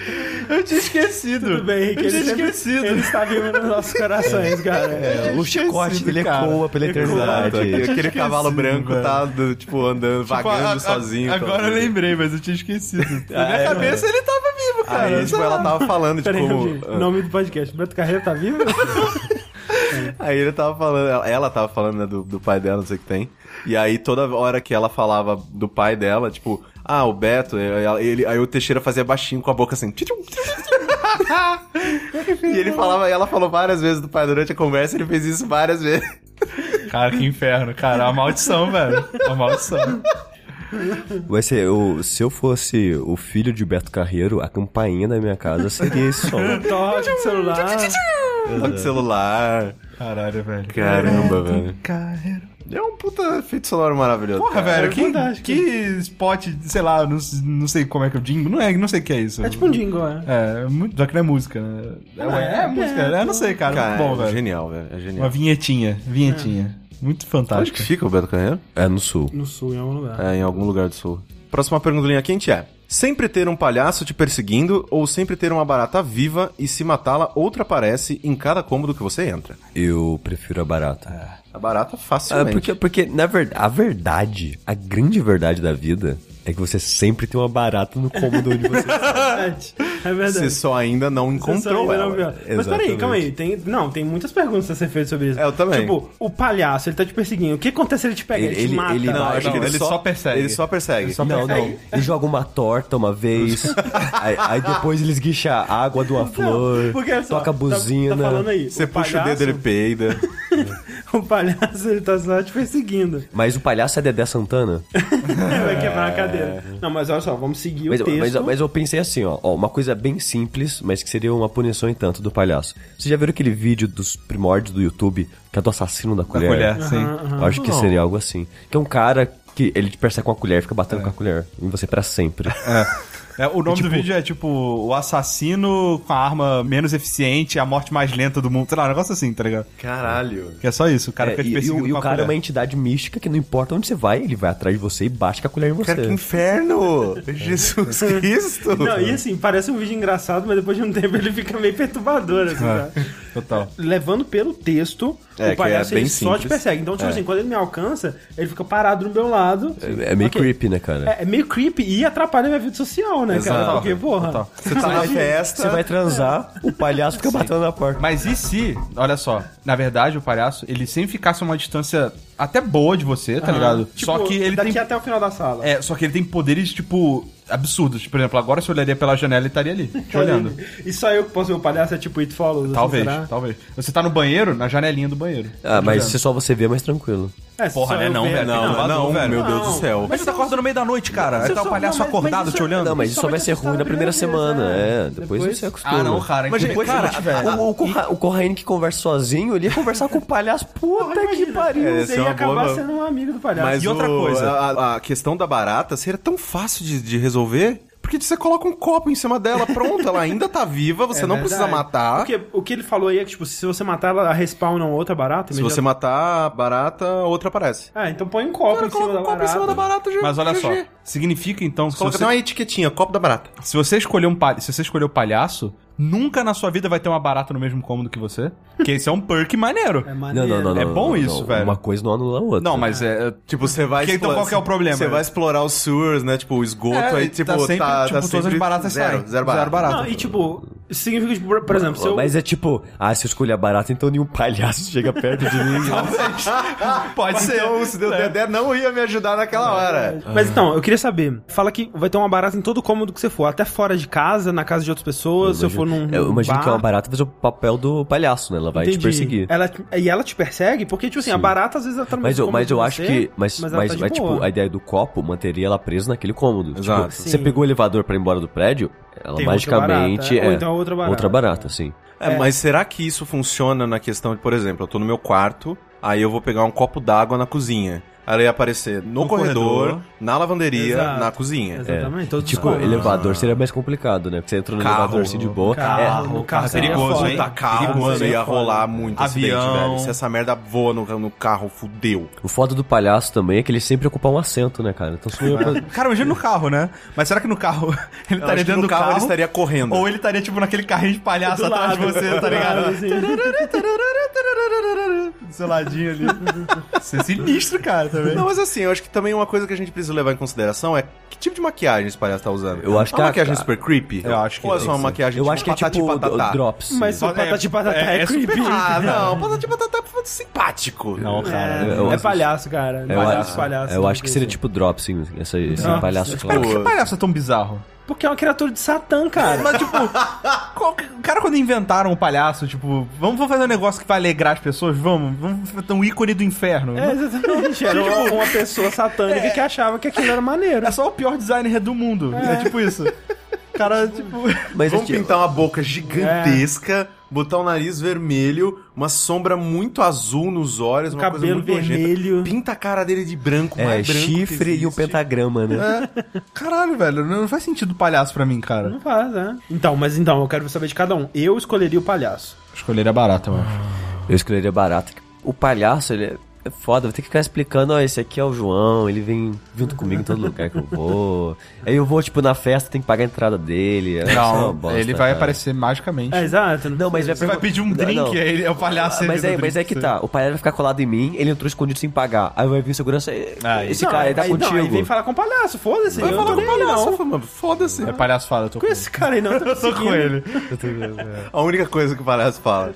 Eu tinha esquecido. Tudo bem, Henrique. Eu Ele, tinha sempre- esquecido. ele está vivo nos nossos corações, cara. É, o chicote dele cara. ecoa pela eternidade. Aquele aquele cavalo branco velho. tá, do- tipo, andando, vagando A- a- sozinho. Agora eu pela- lembrei, mas eu tinha esquecido. Na Ah, minha é, cabeça ele tava vivo, cara. Aí, tipo, ela tava falando, tipo, Peraí, como... rapidinho. nome do podcast. Beto Carreira tá vivo? Aí ele tava falando, ela- ela tava falando, né, do, do pai dela, não sei o que tem. E aí toda hora que ela falava do pai dela, tipo, ah, o Beto, eh, ele, aí o Teixeira fazia baixinho com a boca assim. tchum, tchum, tchum. e ele falava, e ela falou várias vezes do pai durante a conversa, ele fez isso várias vezes. [LAUGHS] Cara, que inferno, cara. É uma maldição, velho. É uma maldição. Vai ser, eu, se eu fosse o filho de Beto Carreiro, a campainha da minha casa seria esse som. Toque de celular. [LAUGHS] Toque celular. Caralho, velho. Caramba, velho. Carreiro. É um puta efeito sonoro maravilhoso. Porra, cara. velho, é que, fantástico. que spot, sei lá, não, não sei como é que é o jingle. Não, é, não sei o que é isso. É tipo um jingle, é. É, muito, já que não é música, né? É, Ah, é, é, música. é, É, não sei, cara. Cara, muito bom, é velho. genial, velho. É Uma genial. vinhetinha. Vinhetinha. Muito Onde que fantástica. fica o Beto Carreiro? É no sul. No sul, em algum lugar. É, em algum lugar do sul. Próxima pergunta do linha quente é: sempre ter um palhaço te perseguindo ou sempre ter uma barata viva e se matá-la outra aparece em cada cômodo que você entra? Eu prefiro a barata. A barata Ah, facilmente. porque, porque, na verdade, a verdade, a grande verdade da vida é que você sempre tem uma barata no cômodo onde você tá. verdade. É Você verdade. só ainda não encontrou Sensacional, ela. É, viu? é Mas peraí, Exatamente. calma aí. Tem, não, tem muitas perguntas a ser feitas sobre isso. É, eu também. Tipo, o palhaço, ele tá te perseguindo. O que acontece se ele te pega? Ele, Ele- te ele- mata. ele- não, acho que ele só persegue. Ele só persegue. Não, não. Ele joga uma torta uma vez, [LAUGHS] aí, aí depois ele esguicha a água de uma flor, porque só, toca a tá- buzina. Tá, falando aí, Você puxa o dedo, ele peida. [LAUGHS] O palhaço, ele tá só te perseguindo. [LAUGHS] Mas o palhaço é Dedé Santana? Vai quebrar a cadeira. Não, mas olha só, vamos seguir É. Mas, o texto. mas- mas eu pensei assim, ó, ó, uma coisa bem simples, mas que seria uma punição em tanto do palhaço. Vocês já viram aquele vídeo dos primórdios do YouTube, que é do assassino da Com a colher? colher, sim. Eu Acho que seria algo assim. Que é um cara que ele te persegue com a colher, fica batendo com a colher em você pra sempre. É, o nome do vídeo é tipo o assassino com a arma menos eficiente, a morte mais lenta do mundo. Sei lá, um negócio assim, tá ligado? Caralho. Que é só isso, o cara É, fica te e, e perseguindo o- e com o a cara é uma colher. entidade mística que não importa onde você vai, ele vai atrás de você e bate com a colher em você. Cara, que inferno! Jesus Cristo! Não, e assim, parece um vídeo engraçado, mas depois de um tempo ele fica meio perturbador, assim, cara. É, Total. Levando pelo texto, É, que o palhaço é bem ele só te simples. persegue. Então, tipo assim, quando ele me alcança, ele fica parado no meu lado. É, é meio Ok. creepy, né, cara? É, é meio creepy e atrapalha minha vida social, né, cara? Exato. Porque, porra. Total. Você tá na festa. Você vai transar, o palhaço fica batendo na porta. Mas e se, olha só, na verdade o palhaço, ele sempre ficasse a uma distância até boa de você, tá ligado? Tipo, só que ele daqui tem até o final da sala. é, só que ele tem poderes tipo absurdos. Por exemplo, agora se eu olharia pela janela ele estaria ali, te olhando. E só eu que posso ver o palhaço, é tipo It Follows. assim, Talvez, será? talvez. Você tá no banheiro, na janelinha do banheiro. Tá Ah, mas Te se só você vê, é mais tranquilo. É, se Porra, só né, eu não, ver- velho, Não, Não, não, não, meu não. Deus do céu. Mas você tá acordando no meio da noite, cara. Aí tá o só- não, palhaço mas- acordado mas te isso- olhando. Não, mas Só isso só vai vai ser assustar ruim na na primeira primeira semana. vez, né? É, depois, Depois- você acostuma. Ah, Ah, não, cara. Mas, depois, cara, velho. O, o, Corra- o Corraine que conversou sozinho, ele ia conversar com o palhaço. Puta Porra, que imagina, pariu. É, essa Você ia uma acabar boa- sendo um amigo do palhaço. Mas E outra o- coisa. A, a questão da barata seria tão fácil de, de resolver. Porque você coloca um copo em cima dela, pronto, ela ainda tá viva, É você não precisa matar. Porque o que ele falou aí é que, tipo, se você matar ela, ela respawna uma outra barata. Se imediato- você matar a barata, outra aparece. Ah, então põe um copo em cima da barata. barata, já. Mas olha já- só, já- significa então que se Coloca você, até uma etiquetinha, copo da barata. se você escolher um palha- se você escolher o palhaço, nunca na sua vida vai ter uma barata no mesmo cômodo que você. Que esse é um perk maneiro. É maneiro. Não, não, não, não. É bom não, isso, não. velho. Uma coisa não anula a outra. Não, mas é. Tipo, você vai Porque então explorar- qual que é o problema? Você vai explorar os sewers, né? Tipo, o esgoto, É, aí tá tipo, tá, sempre- tá tipo, todas sempre as baratas zero, saem. Zero barata. Zero barata. Não, e tipo, isso significa, tipo, por- por exemplo, se eu... Mas é tipo, ah, se eu escolher a barata, então nenhum palhaço chega perto de [LAUGHS] mim. [LAUGHS] Pode ser. Então, se deu Dedé, não ia me ajudar É naquela hora. Mas então, eu queria saber. Fala que vai ter uma barata em todo cômodo que você for. Até fora de casa, na casa de outras pessoas, se eu for num. É, Eu imagino bar. que uma barata vai fazer o papel do palhaço, né? Ela vai te Entendi. É, perseguir. Ela te- e ela te persegue? Porque, tipo assim, a barata às vezes ela tá no Mas mesmo eu, mas cômodo eu acho você, que. Mas, mas, ela tá de mas, boa. tipo, a ideia do copo manteria ela presa naquele cômodo. Exato. Tipo, você Sim. pegou o elevador pra ir embora do prédio, ela Tem outra barata, magicamente. é. é, Ou então outra barata. Outra barata, sim. É, mas será que isso funciona na questão de, por exemplo, eu tô no meu quarto, aí eu vou pegar um copo d'água na cozinha. ela ia aparecer no, No corredor, corredor. na lavanderia, Exato. na cozinha. Exatamente, todos os É. Tipo, cômodos. elevador seria mais complicado, né? Porque você entra no Carro, elevador assim de boa. Carro, é, no carro seria perigoso, foda. hein? Puta, carro, Perigoso, mano, hein? tá ia rolar muito acidente, Avião. velho. Se essa merda voa no, no carro, fudeu. O foda do palhaço também é que ele sempre ocupa um assento, né, cara? Então se não ia pra- Cara, imagina no carro, né? Mas será que no carro [LAUGHS] ele Eu acho estaria que dentro no do tá carro, carro? ele estaria correndo. Ou ele estaria, tipo, naquele carrinho de palhaço Do atrás lado, de você, tá do lado, ligado? assim. Do Seu [LAUGHS] ladinho ali. Você é sinistro, cara, também. Não, mas assim, eu acho que também uma coisa que a gente precisa levar em consideração é que tipo de maquiagem esse palhaço tá usando. Eu É acho que uma a- maquiagem a- super creepy. Eu acho que Ou é só tem uma que maquiagem Eu acho que é patati tipo patatá? o- o drops. Mas o patati patata é, super- creepy. [LAUGHS] Ah, não, patati patatá é simpático. Não, cara. É, eu é acho- palhaço, cara. Eu, palhaço, acho- palhaço. né, eu não acho que tem seria jeito. tipo drops, hein, esse, esse Drops. palhaço Pô, clássico. Por que palhaço é tão bizarro? Porque é uma criatura de Satã, cara. Mas, tipo, qual que- o cara, quando inventaram o palhaço, tipo, vamos, vamos fazer um negócio que vai alegrar as pessoas, vamos, vamos fazer um ícone do inferno. É, exatamente. Era Tipo, uma, uma pessoa é. satânica que achava que aquilo era maneiro. É só o pior designer do mundo. É, tipo isso. O cara, tipo. Mas assim, Vamos esse- pintar uma boca gigantesca, botar um nariz vermelho, uma sombra muito azul nos olhos, uma coisa cabelo muito nojenta. vermelho. Pinta a cara dele de branco, É, mais branco que chifre e um existe. pentagrama, né? Caralho, velho, não faz sentido palhaço pra mim, cara. Não faz, né? Então, mas então, eu quero saber de cada um. Eu escolheria o palhaço. Escolher é barata, mano. Eu escolheria barata. O palhaço, ele é- é foda, vou ter que ficar explicando, ó, esse aqui é o João, ele vem junto comigo em todo lugar que eu vou. Aí eu vou, tipo, na festa, tem que pagar a entrada dele. é só uma Não, bosta, ele vai cara. aparecer magicamente. É, exato. Não, mas vai Você vai pedir um drink, Não, não. aí ele é o palhaço. Mas ele é, dá mas é drink que pra tá, o palhaço vai ficar colado em mim, ele entrou escondido sem pagar. Aí vai vir o segurança, e- Aí. esse cara, ele tá aí, contigo. Não, aí vem falar com o palhaço, foda-se. Vai eu falar tô com o nem aí, palhaço, não. mano, foda-se. você. É palhaço fala, eu tô Com esse cara aí, não. Eu Eu tô com ele. A única coisa que o palhaço fala.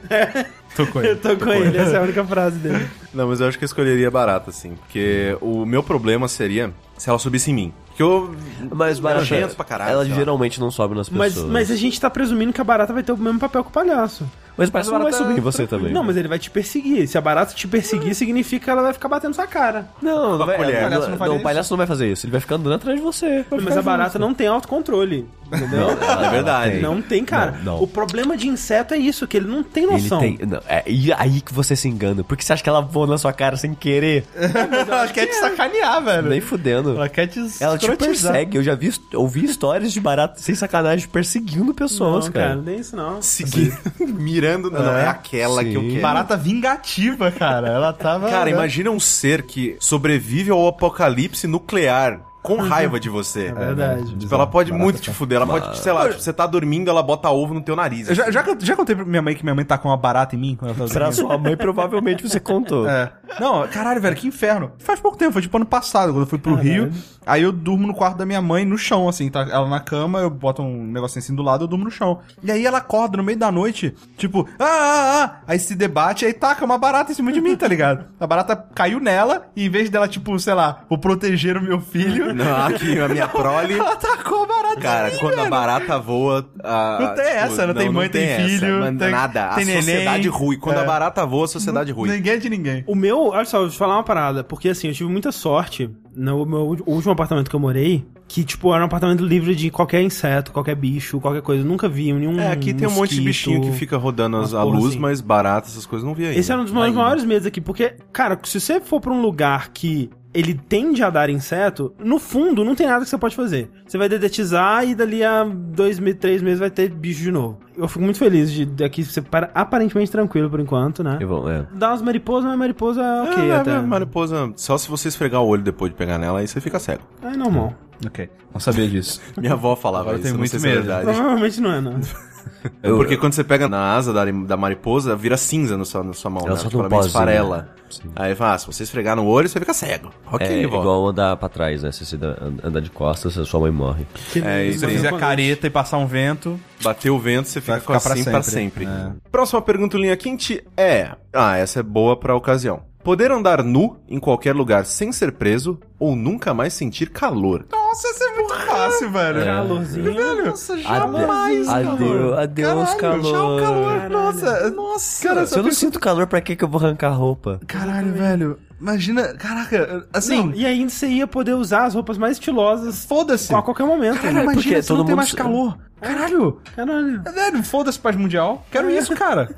Tô com ele. Eu tô com ele, essa é a única frase dele. Não, mas eu acho que eu escolheria barata, sim. Porque o meu problema seria se ela subisse em mim. Porque eu. Mas barata, É Nojento pra caralho, ela sei lá. geralmente não sobe nas Mas, pessoas. mas a gente tá presumindo que a barata vai ter o mesmo papel que o palhaço. Mas o palhaço não vai barata- subir em você também. Não, mas ele vai te perseguir. Se a barata te perseguir, significa que ela vai ficar batendo sua cara. Não, não vai, é, colher. não- O palhaço não faz não, o isso. palhaço não vai fazer isso, ele vai ficar andando atrás de você. vai Mas ficar a barata não tem autocontrole. junto. Não, ela- É verdade. ela tem. Não tem, cara. Não, não. O problema de inseto é isso, que ele não tem Ele noção. tem. Não, é e aí que você se engana. Porque você acha que ela voa na sua cara sem querer? [LAUGHS] Ela quer te sacanear, velho. Nem fudendo. Ela quer te É Ela tipo, te escrotizar. persegue. Eu já vi, ouvi histórias de barato sem sacanagem perseguindo pessoas, não, cara, cara. não tem isso não. Seguir. [LAUGHS] Mirando. Não, é aquela que eu Sim. quero. Barata vingativa, cara. Ela tava. Cara, né? imagina um ser que sobrevive ao apocalipse nuclear com raiva de você. É verdade. Tipo, ela pode muito te fuder. Ela pode, sei lá, tipo, você tá dormindo, ela bota ovo no teu nariz. assim. Eu já, já, con- já contei pra minha mãe que minha mãe tá com uma barata em mim quando ela Pra tava dormindo? sua mãe, provavelmente você contou. É. Não, caralho, velho, que inferno. Faz pouco tempo, foi tipo ano passado, quando eu fui pro Rio. Aí eu durmo no quarto da minha mãe, no chão, assim, tá? Ela na cama, eu boto um negocinho assim do lado, eu durmo no chão. E aí ela acorda no meio da noite, tipo, ah, ah, ah. Aí se debate, aí taca uma barata em cima de mim, tá ligado? A barata caiu nela, e em vez dela, tipo, sei lá, vou proteger o meu filho, Não, aqui a minha [LAUGHS] prole. [LAUGHS] ela atacou a barata. Cara, quando a barata voa. ah, Não tem essa, não tem mãe, tem filho, mas tem- nada. tem a sociedade neném. ruim. Quando É. a barata voa, a sociedade ruim. Ninguém é de ninguém. O meu, olha só, deixa eu falar uma parada, porque assim, eu tive muita sorte no meu ulti- último apartamento que eu morei, que tipo, era um apartamento livre de qualquer inseto, qualquer bicho, qualquer coisa, eu nunca vi nenhum É, aqui tem um monte de mosquito. bichinho que fica né? rodando as- umas a porra luz, assim. mas barata, essas coisas não vi ainda. Esse era um dos meus maiores medos aqui, porque, cara, se você for pra um lugar que ele tende a dar inseto, no fundo não tem nada que você pode fazer. Você vai dedetizar e dali a dois meses, três meses vai ter bicho de novo. Eu fico muito feliz de daqui ser para- aparentemente tranquilo por enquanto, né? E bom, é. Dá umas mariposas, mas mariposa é É, ok é, até. é, mariposa, só se você esfregar o olho depois de pegar nela, aí você fica cego. É normal. Ok, não sabia disso. Minha avó falava Agora isso, tem não muito sei se é medo. verdade. [LAUGHS] Provavelmente não [LAUGHS] é, não. É Porque quando você pega na asa da, da mariposa, vira cinza na sua, na sua mão, Ela né? solta Tipo, um ela meio pozinho, esfarela. né? Sim. Aí fala, ah, se você esfregar no olho, você fica cego. Ok, É vó. igual andar pra trás, né? Se você dá- and- andar de costas, a sua mãe morre. É, isso Se eu aí. fizer careta e passar um vento, Bateu o vento, você fica Vai ficar pra assim sempre. pra sempre. É. Próxima pergunta, linha quente é... Ah, essa é boa pra ocasião. Poder andar nu em qualquer lugar sem ser preso ou nunca mais sentir calor? Nossa, essa é muito muito fácil, velho. Calorzinho. Nossa, jamais, Ade- calor. adeu- adeus, Caralho, já é o calor. calor. Nossa, nossa. Cara, se eu não penso- sinto calor, pra que que eu vou arrancar a roupa? Caralho, velho. Imagina, caraca, assim, Não, e ainda você ia poder usar as roupas mais estilosas foda-se. a qualquer momento. né? Caralho, imagina porque se todo não tem mundo- mais calor. Caralho. Caralho. Velho, foda-se paz mundial. Quero É isso, cara.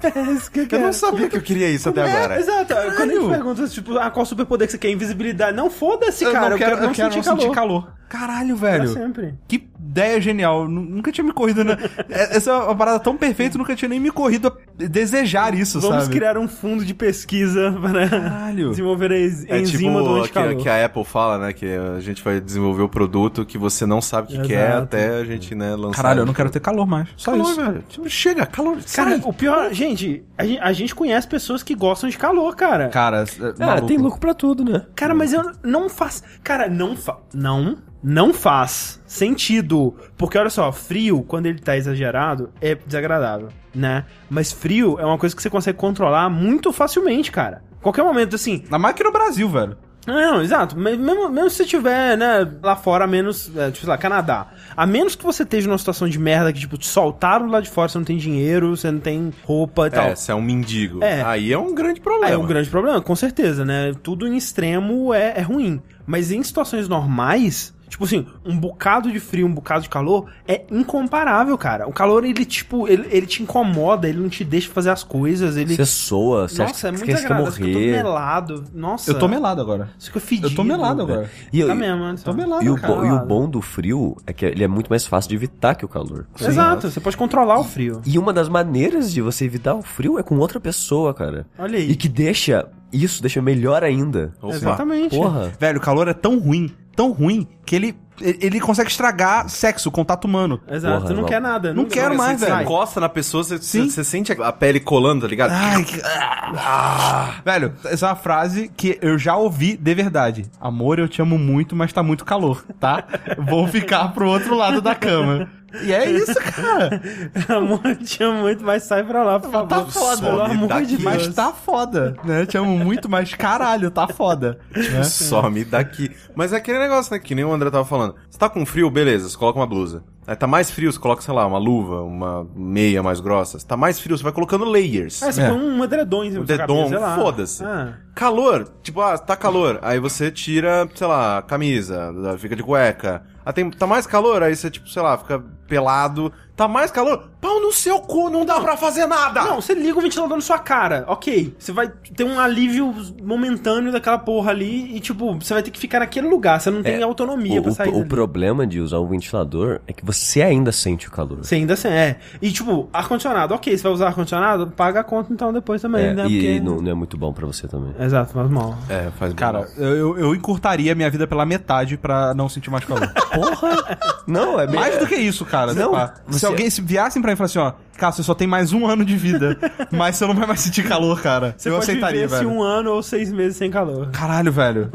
Eu não sabia É, que eu queria isso até É, agora. exato. Quando a gente Caralho. pergunta, tipo, ah, qual superpoder que você quer? Invisibilidade. Não, foda-se, Eu cara. não quero, eu quero não sentir calor. Tá Caralho, Pra velho. sempre. Que ideia genial. Nu- Nunca tinha me corrido, né? É- Essa é uma parada tão perfeita, eu nunca tinha nem me corrido a desejar isso, Vamos sabe? criar um fundo de pesquisa [LAUGHS] para Caralho. desenvolver a en- É enzima do tipo que, anticalor. que a Apple fala, né? Que a gente vai desenvolver o produto que você não sabe o que Exato. quer até a gente, né, lançar. Caralho, eu não quero ter calor mais. Só calor, isso. velho. Tipo, Chega, calor. Cara, sai. o pior... Gente, a gen- a gente conhece pessoas que gostam de calor, cara. Cara, é, Cara, maluco. tem louco pra tudo, né? Cara, mas eu não faz. Cara, não fa... Não, não faz sentido. Porque olha só, frio, quando ele tá exagerado, é desagradável, né? Mas frio é uma coisa que você consegue controlar muito facilmente, cara. Qualquer momento, assim. Na máquina no Brasil, velho. Não, exato. me- Mesmo, mesmo se você tiver, né, lá fora, a menos. é, tipo, sei lá, Canadá. A menos que você esteja numa situação de merda que, tipo, te soltaram lá de fora, você não tem dinheiro, você não tem roupa e tal. É, você é um mendigo. É. Aí é um grande problema. É um grande problema, com certeza, né? Tudo em extremo é, é ruim. Mas em situações normais, tipo assim, um bocado de frio, um bocado de calor, é incomparável, cara. O calor, ele, tipo, ele, ele te incomoda, ele não te deixa fazer as coisas, ele... Você soa, você Nossa, é acha muito que você acha que eu agradável, morrer. fica todo melado. Nossa, Eu tô melado agora. Você fica fedido. Eu tô melado agora. E eu- Tá mesmo, né? Tô melado, E o, cara. bo- e o bom do frio é que ele é muito mais fácil de evitar que o calor. Exato, você pode controlar o frio. E uma das maneiras de você evitar o frio é com outra pessoa, cara. Olha aí. E que deixa isso, deixa melhor ainda. Opa. Exatamente. Porra. Velho, o calor é tão ruim, tão ruim, que ele, ele consegue estragar sexo, contato humano. Exato, Porra, você não não. quer nada. Não quero assim, mais, você Você velho. sai. encosta na pessoa, você, Sim. você sente a pele colando, tá ligado? Ai, que... ah, ah. Velho, essa é uma frase que eu já ouvi de verdade. Amor, eu te amo muito, mas tá muito calor, tá? Vou ficar pro outro lado da cama. E é isso, [LAUGHS] cara. [LAUGHS] Amor, eu te amo muito, mas sai pra lá, por favor. Tá foda. Pelo Some amor de daqui. Deus. Mas tá foda, né? Te amo muito, mas caralho, tá foda. é. né? Some daqui. Mas é aquele negócio, né? Que nem o André tava falando. Você tá com frio, beleza, você coloca uma blusa. Aí tá mais frio, você coloca, sei lá, uma luva, uma meia mais grossa. Se tá mais frio, você vai colocando layers. É, você É. põe um edredom em cima O da sua dedom, cabeça, sei lá. foda-se. Ah. Calor, tipo, ah, tá calor. Aí você tira, sei lá, a camisa, fica de cueca. Ah, tem, tá mais calor, aí você, tipo, sei lá, fica pelado. Tá mais calor? Pau no seu cu, não dá pra fazer Ah. nada! Não, você liga o ventilador na sua cara, ok. Você vai ter um alívio momentâneo daquela porra ali e, tipo, você vai ter que ficar naquele lugar. Você não tem autonomia É. O, pra o- sair o dali. problema de usar um ventilador é que você ainda sente o calor. Você ainda assim, é. E, tipo, ar-condicionado, ok. Você vai usar ar-condicionado? Paga a conta então depois também, É, né? e Porque- não, não é muito bom pra você também. Exato, faz mal. É, faz Cara, eu, eu- eu encurtaria minha vida pela metade pra não sentir mais calor. Porra! não, é Mais mesmo. do que isso, cara. Não, Pá, Se você- alguém se viessem pra mim e falassem assim, ó, cara, você só tem mais um ano de [LAUGHS] vida, mas você não vai mais sentir calor, cara. Você eu pode aceitaria, viver um- velho. se um ano ou seis meses sem calor. Caralho, velho.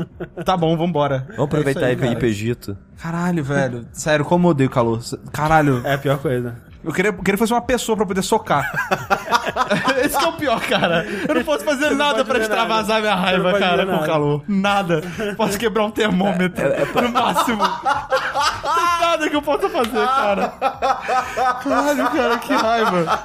Tá bom, vambora. Vamos aproveitar É isso e aí, ir cara. pro Egito. Caralho, velho. Sério, como eu odeio calor. Caralho. É a pior coisa. Eu queria, eu queria fosse uma pessoa pra poder socar. [LAUGHS] Esse que é o pior, cara. Eu não posso fazer nada pode pra fazer extravasar minha Você raiva, não pode cara, fazer com nada. calor. Nada. Posso quebrar um termômetro no máximo. Tem nada que eu possa fazer, cara. Caralho, cara, que raiva.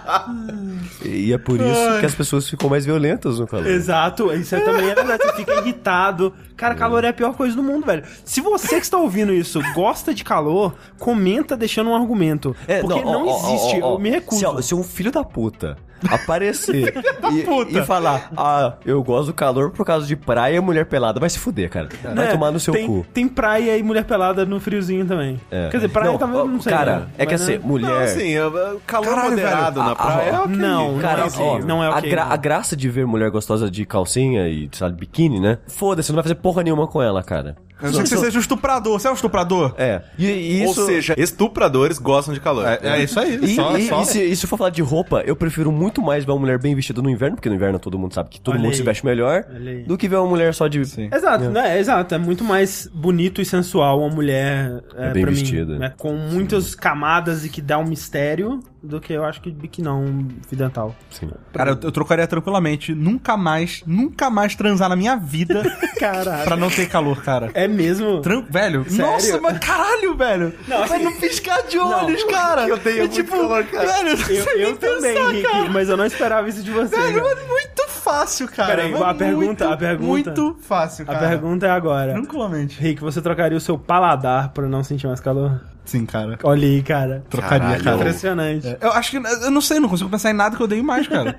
E é por isso que as pessoas ficam mais violentas no calor. Exato, isso é também é verdade. Você fica irritado. Cara, calor é a pior coisa do mundo, velho. Se você que está ouvindo isso gosta de calor, comenta deixando um argumento. É, porque não, ó, ó, ó, existe, ó, eu me Se, recuso. ó, se um filho da puta [LAUGHS] aparecer e, puta. e falar, ah, eu gosto do calor por causa de praia e mulher pelada, vai se fuder, cara. Vai É, tomar no seu tem, cu. Tem praia e mulher pelada no friozinho também. É. Quer dizer, praia talvez ó, não sei. Cara, né? é que Mas, assim, né? Não, mulher. assim, eu- eu- calor Caralho, moderado velho. na praia. Ah, é ah, ok. Não, Cara, não é ó, ok. Não é a, ok. gra- a graça de ver mulher gostosa de calcinha e, sabe, biquíni, né? Foda-se, você não vai fazer porra nenhuma com ela, cara. Eu não sei que você seja um estuprador. Você é um estuprador? É. E, e isso. Ou seja, estupradores gostam de calor. isso aí. E, e- e se, e se for falar de roupa, eu prefiro muito mais ver uma mulher bem vestida no inverno, porque no inverno todo mundo sabe que todo Olha mundo aí. se veste melhor, Olha aí. do que ver uma mulher só de. Sim. Exato, né? Exato. É muito mais bonito e sensual uma mulher é, É bem pra mim, vestida. né? Com muitas camadas e que dá um mistério do que eu acho que biquinão fidental. Sim. Cara, eu, eu trocaria tranquilamente. Nunca mais, nunca mais transar na minha [LAUGHS] vida Caralho. pra não ter calor, cara. É mesmo? Tran velho, nossa, mas caralho, velho. Não, pra assim, não piscar de olhos, cara. Eu tenho é muito tipo, calor, cara. velho, eu não [LAUGHS] Eu, sei eu nem também, pensar, Henrique, cara. mas eu não esperava isso de você. Velho, cara. é muito fácil, cara. Peraí, Mas a pergunta, muito, a pergunta. Muito fácil, A cara. pergunta é agora. Tranquilamente. Rick, você trocaria o seu paladar pra não sentir mais calor? Sim, cara. Olha aí, cara. Tá Trocaria, Caralho. cara. Impressionante. Eu acho que. Eu não sei, eu não consigo pensar em nada que eu odeio mais, cara.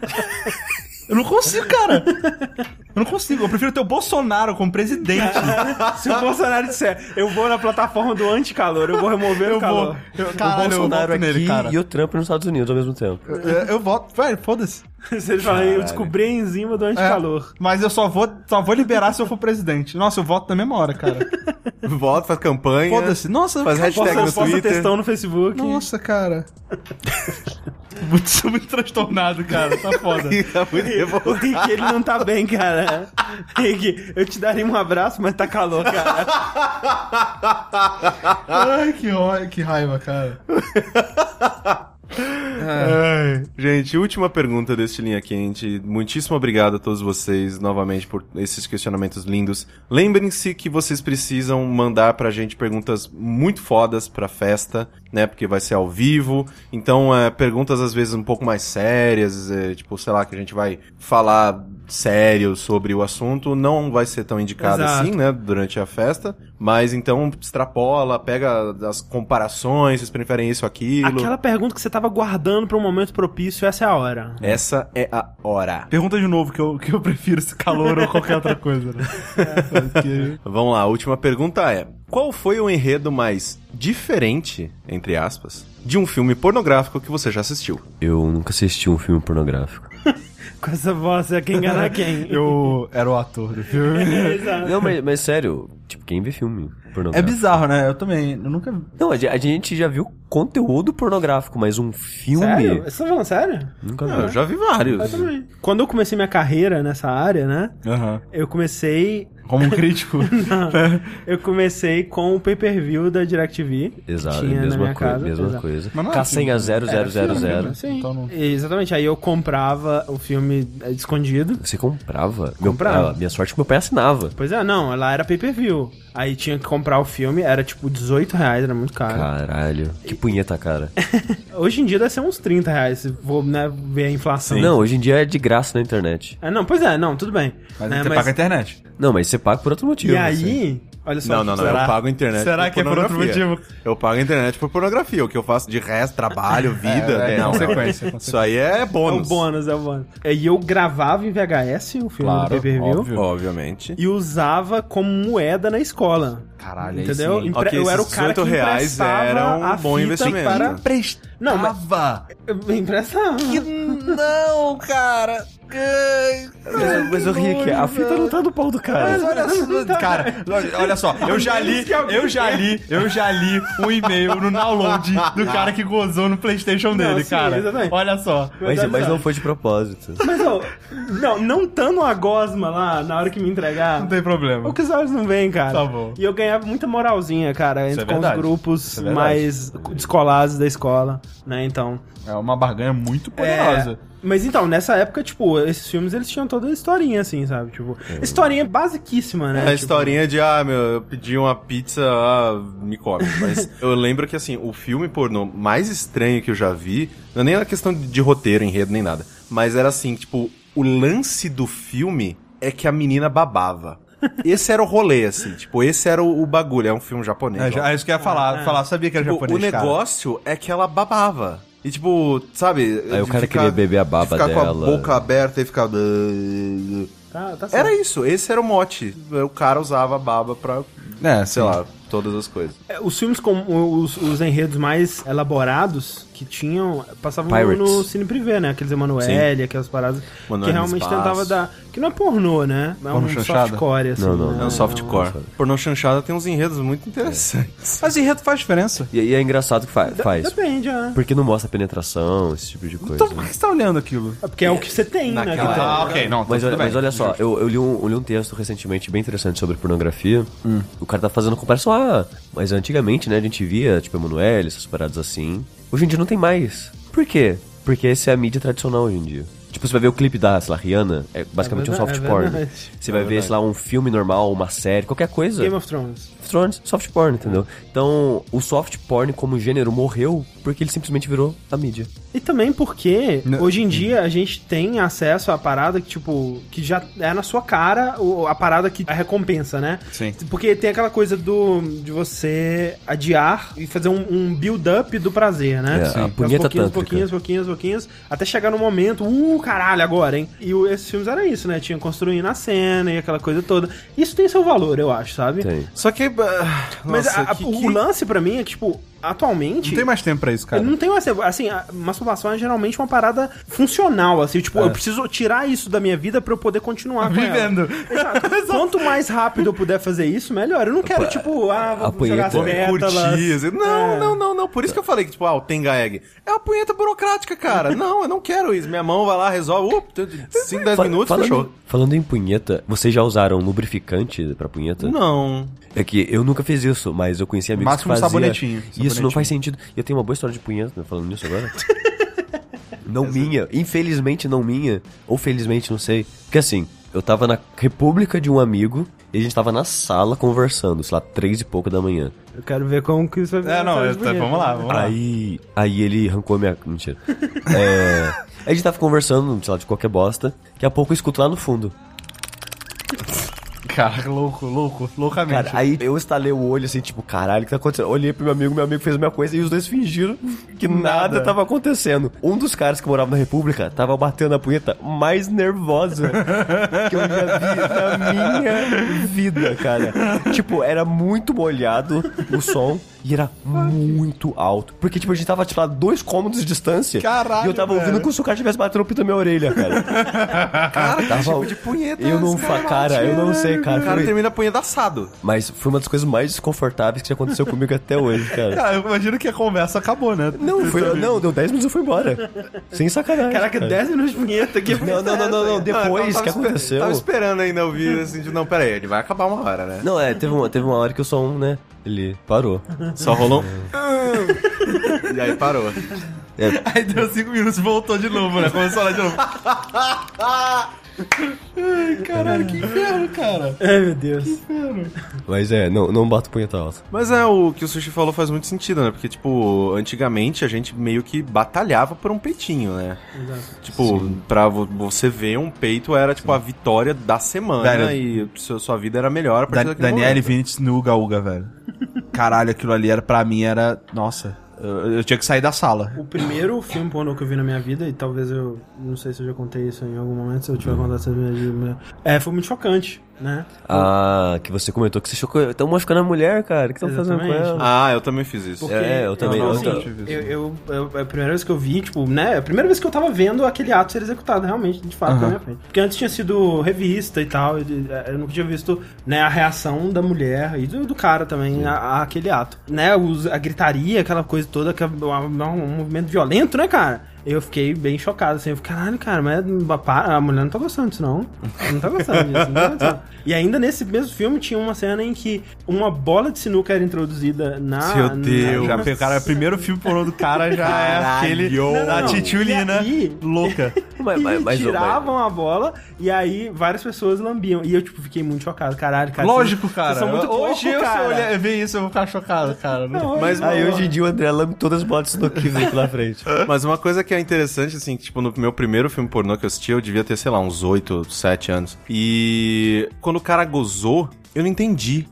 Eu não consigo, cara. Eu não consigo. Eu prefiro ter o Bolsonaro como presidente. É. Se o Bolsonaro disser, eu vou na plataforma do anticalor, eu vou remover o Eu calor. vou. Eu, caralho, eu voto nele, cara. e o Trump nos Estados Unidos ao mesmo tempo. Eu, eu voto. Velho, foda-se. [LAUGHS] Se ele falar, eu descobri a enzima do É, anticalor. Mas eu só vou, só vou liberar se eu for presidente. Nossa, eu voto na mesma hora, [LAUGHS] cara. Vota, faz campanha. [LAUGHS] Foda-se. Nossa, Faz hashtag Posta, no posta Twitter. textão um no Facebook. Nossa, cara. [LAUGHS] muito, sou muito transtornado, cara. Tá foda. Tá muito [LAUGHS] revoltado. [LAUGHS] O Rick, ele não tá bem, cara. Rick, eu te daria um abraço, mas tá calor, cara. Ai, que, ó- que raiva, [LAUGHS] cara. É. Ai. Gente, última pergunta deste Linha Quente. Muitíssimo obrigado a todos vocês novamente por esses questionamentos lindos. Lembrem-se que vocês precisam mandar pra gente perguntas muito fodas pra festa, né? Porque vai ser ao vivo. Então, é, perguntas às vezes um pouco mais sérias, é, tipo, sei lá, que a gente vai falar sério sobre o assunto. Não vai ser tão indicado Exato. assim, né, durante a festa, mas então extrapola, pega as comparações, vocês preferem isso, aquilo. Aquela pergunta que você tava guardando pra um momento propício, essa é a hora. Essa é a hora. Pergunta de novo que eu, que eu prefiro esse calor ou qualquer outra coisa, [LAUGHS] né? Porque- Vamos lá, a última pergunta é: Qual foi o enredo mais diferente, entre aspas, de um filme pornográfico que você já assistiu? Eu nunca assisti um filme pornográfico. Com essa voz, é quem [LAUGHS] engana quem. Eu era o ator do filme. Exato. Não, mas, mas sério, tipo, quem vê filme É pornográfico? bizarro, né? Eu também. Eu nunca. Não, a, ge- a gente já viu conteúdo pornográfico, mas um filme. Sério? Vocês estão falando sério? Nunca Ah, eu vi. já vi vários. Quando eu comecei minha carreira nessa área, né? Aham. Eu [LAUGHS] comecei. Como um crítico. É. eu comecei com o pay-per-view da DirecTV. Exato, Tinha na mesma, minha coi casa, mesma exato. coisa. Mas não é Cacenha filme, 0000. né? Sim. Então não- Exatamente, aí eu comprava o filme eh, escondido. Você comprava? Meu- Comprava. ah, minha sorte que meu pai assinava. Pois é, não, lá era pay-per-view. Aí tinha que comprar o filme, era tipo 18 reais, era muito caro. Caralho, que punheta, cara. Hoje em dia deve ser uns 30 reais, se for né, ver a inflação. Não, hoje em dia é de graça na internet. É, não, pois é, não, tudo bem. Mas Né, você paga a internet. Não, mas você paga por outro motivo. assim. E aí, olha assim. só. Não, não, não. será? Eu pago a internet. Será que é por outro pornografia. motivo? Eu pago a internet por pornografia. O que eu faço de resto, trabalho, vida. [LAUGHS] é, é não, consequência, um é não. [LAUGHS] Isso aí é É o bônus. bônus, é o bônus. E eu gravava em VHS o filme do Claro, pay-per-view. óbvio. Obviamente. e usava como moeda na escola. Caralho, aí Entendeu? sim. Empre- Ok, eu era o esses cara que 18 reais emprestava era um a bom fita investimento. Ah, Para... [LAUGHS] Emprestava! Não, mas eu emprestava. Não, cara! Mas, mas o Rick, a fita não tá no pau do Mas cara. olha só, cara, olha só, eu já li, eu já li, eu já li um e-mail no download do cara que gozou no Playstation dele, sim, cara. exatamente. Olha só. Mas, mas não foi de propósito. Mas ó, não, não tando a gosma lá na hora que me entregar. Tá Não tem problema. O que os olhos não veem, cara. Tá bom. E eu ganhava muita moralzinha, cara, Isso entre é com os verdade. grupos Isso é verdade. mais descolados da escola, né? Então. É uma barganha muito É, poderosa. mas então, nessa época, tipo, esses filmes eles tinham toda a historinha, assim, sabe? Tipo, historinha basiquíssima, né? É a Tipo, historinha de, ah, meu, eu pedi uma pizza, ah, me come. Mas eu lembro que, assim, o filme pornô mais estranho que eu já vi, não é nem era questão de, de roteiro, enredo, nem nada, mas era assim, tipo, o lance do filme é que a menina babava. Esse era o rolê, assim, tipo, esse era o, o bagulho, é um filme japonês. É, já- é isso que eu ia falar, falar, sabia que era Tipo, japonês, o negócio é que ela babava. E tipo, sabe? Aí o de cara queria beber a baba de ficar com dela. a boca aberta e ficar... Tá, tá certo. Era isso, esse era o mote. O cara usava a baba pra, né, cara. É, sei lá, todas as coisas. É, Os filmes com os, os enredos mais elaborados que tinham passavam no, Pirates. no cine privê, né? Aqueles Emanuele, aquelas paradas Emanuele que no realmente espaço. tentava dar. Que não é pornô, né? É Porno um chanchada? softcore, assim. Não, não, né? não, É um softcore. Pornô chanchada tem uns enredos muito interessantes. Mas enredo faz diferença. E aí é engraçado que fa- Da- faz. Depende, né? Porque não mostra penetração, esse tipo de coisa. Então por que você tá olhando aquilo? É Porque é o que você tem, né? Naquela cara? Ah, é, ok, não. tá Mas, olha- mas olha só, eu, eu li um, eu li um texto recentemente bem interessante sobre pornografia. Hum. O cara tá fazendo comparação. Ah, mas antigamente, né, a gente via, tipo, Emanuele, essas paradas assim. Hoje em dia não tem mais. Por quê? Porque essa é a mídia tradicional hoje em dia. Tipo, você vai ver o clipe da, sei lá, Rihanna, é basicamente É um soft verdade, é porn. verdade. Você vai ver, sei lá, um filme normal, uma série, qualquer coisa. Game of Thrones. of Thrones, soft porn, entendeu? Então, o soft porn como gênero morreu porque ele simplesmente virou a mídia. E também porque hoje em dia a gente tem acesso à parada que, tipo, que já é na sua cara o- a parada que a recompensa, né? Sim. Porque tem aquela coisa do de você adiar e fazer um, um build-up do prazer, né? É, a punheta pouquinhos, tântrica. pouquinhos, pouquinhos, pouquinhos, até chegar no momento, uh, caralho, agora, hein? E o- esses filmes era isso, né? Tinha construindo a cena e aquela coisa toda. Isso tem seu valor, eu acho, sabe? Tem. Só que. ah, Mas nossa, a- a- que- o que- lance pra mim é que, tipo, atualmente. Não tem mais tempo pra isso, cara. Eu não tenho essa. Assim, a masturbação é geralmente uma parada funcional, assim. Tipo, eu preciso tirar isso da minha vida pra eu poder continuar com ela. Vivendo. Exato. Quanto mais rápido eu puder fazer isso, melhor. Eu não quero, tipo, ah, vou a punheta. jogar as É. pétalas. curtir. assim. Não, não, não, não. Por isso que eu falei que, tipo, ah, o Tenga Egg. É uma punheta burocrática, [LAUGHS] cara. não, eu não quero isso. Minha mão vai lá, resolve. 5, 10 Fa- minutos, falando, fechou. Falando em punheta, vocês já usaram lubrificante pra punheta? Não. É que eu nunca fiz isso, mas eu conheci amigos Máximo que faziam. sabonetinho, Isso sabonetinho. não faz sentido. E Eu tenho uma boa história de punheta né, falando nisso agora. não minha, infelizmente não minha, ou felizmente não sei. Porque assim, eu tava na república de um amigo e a gente tava na sala conversando, sei lá, três e pouco da manhã. Eu quero ver como que isso vai É, não, vai eu- ser tá, bonito. vamos lá, vamos lá. Aí, aí ele arrancou a minha. Mentira. É, aí a gente tava conversando, sei lá, de qualquer bosta. Daqui a pouco eu escuto lá no fundo. Cara, louco, louco, loucamente. Cara, aí eu estalei o olho assim, tipo, caralho, o que tá acontecendo? Olhei pro meu amigo, meu amigo fez a mesma coisa e os dois fingiram que nada, tava acontecendo. Um dos caras que morava na República tava batendo a punheta [LAUGHS] mais nervosa que eu já vi na minha vida, cara. Tipo, era muito molhado o som e era muito alto. Porque, tipo, a gente tava, tipo, a dois cômodos de distância. Caralho, E eu tava ouvindo velho. como se o cara tivesse batendo o pito na minha orelha, cara. Cara, tava... tipo de punheta Eu não fa... Cara, eu não sei, cara. né? O cara Foi- termina a punheta assado. mas foi uma das coisas mais desconfortáveis que já aconteceu comigo até hoje, cara. Cara, Ah, eu imagino que a conversa acabou, né? Não, foi, não, deu 10 minutos e eu fui embora. Sem sacanagem. Caraca, cara. 10 minutos de punheta aqui. Não, não, não, não, não. Depois Ah, Não, que eu tava esper- aconteceu. Tava esperando ainda ouvir assim de. Não, peraí, ele vai acabar uma hora, né? Não, é, teve uma, teve uma hora que o som, né? Ele parou. É. Só rolou. e aí parou. É. [LAUGHS] Aí deu cinco minutos e voltou de novo, né? Começou a falar de novo. Ai, caralho, que inferno, cara. Ai, meu Deus. Mas é, não, não bato punheta alta. Mas é, o que o Sushi falou faz muito sentido, né? Porque, tipo, antigamente a gente meio que batalhava por um peitinho, né? Tipo, pra vo- você ver um peito era, tipo, a vitória da semana Velho, e sua, sua vida era melhor a partir Da daquele Daniele momento. Vinicius no Uga Uga, velho. Caralho, aquilo ali era, pra mim era. Nossa, eu, eu tinha que sair da sala. O primeiro filme pornô que eu vi na minha vida, e talvez eu. Não sei se eu já contei isso em algum momento, se eu tiver contado essa minha É, foi muito chocante, né? Ah, que você comentou que você chocou. Estão machucando a mulher, cara. O que estão fazendo com Exatamente. ela? Ah, eu também fiz isso. Porque- É, eu também- Não, eu assim, também tive isso. eu, eu, eu- a primeira vez que eu vi, tipo, né? A primeira vez que eu tava vendo aquele ato ser executado, realmente, de fato, na minha frente. Porque antes tinha sido revista e tal, e de- é, eu nunca tinha visto, né, a reação da mulher e do, do cara também a, a aquele ato. Né, os- a gritaria, aquela coisa toda, que é um, um movimento violento, né, cara? Eu fiquei bem chocado, assim, eu fiquei, caralho, cara, mas a a mulher não tá gostando disso, não. Não tá gostando disso, não tá gostando. E ainda nesse mesmo filme tinha uma cena em que uma bola de sinuca era introduzida na... Meu na- Deus. Já, pe- cara, o primeiro filme pornô do cara já é aquele Não, da não. Titiulina E aí? louca. Mas, E [LAUGHS] mas- mas- tiravam a bola e aí várias pessoas lambiam. E eu, tipo, fiquei muito chocado. Caralho, cara. Lógico, vocês- cara. Vocês são muito hoje pouco, eu, se cara. eu olhar, eu ver isso, eu vou ficar chocado, cara. Não, Mas- não. Aí hoje em dia o André lambe todas as bolas do Kiz aqui na frente. Mas uma coisa que é interessante, assim, que, tipo, no meu primeiro filme pornô que eu assisti, eu devia ter, sei lá, uns 8, 7 anos. E quando o cara gozou, eu não [LAUGHS] entendi.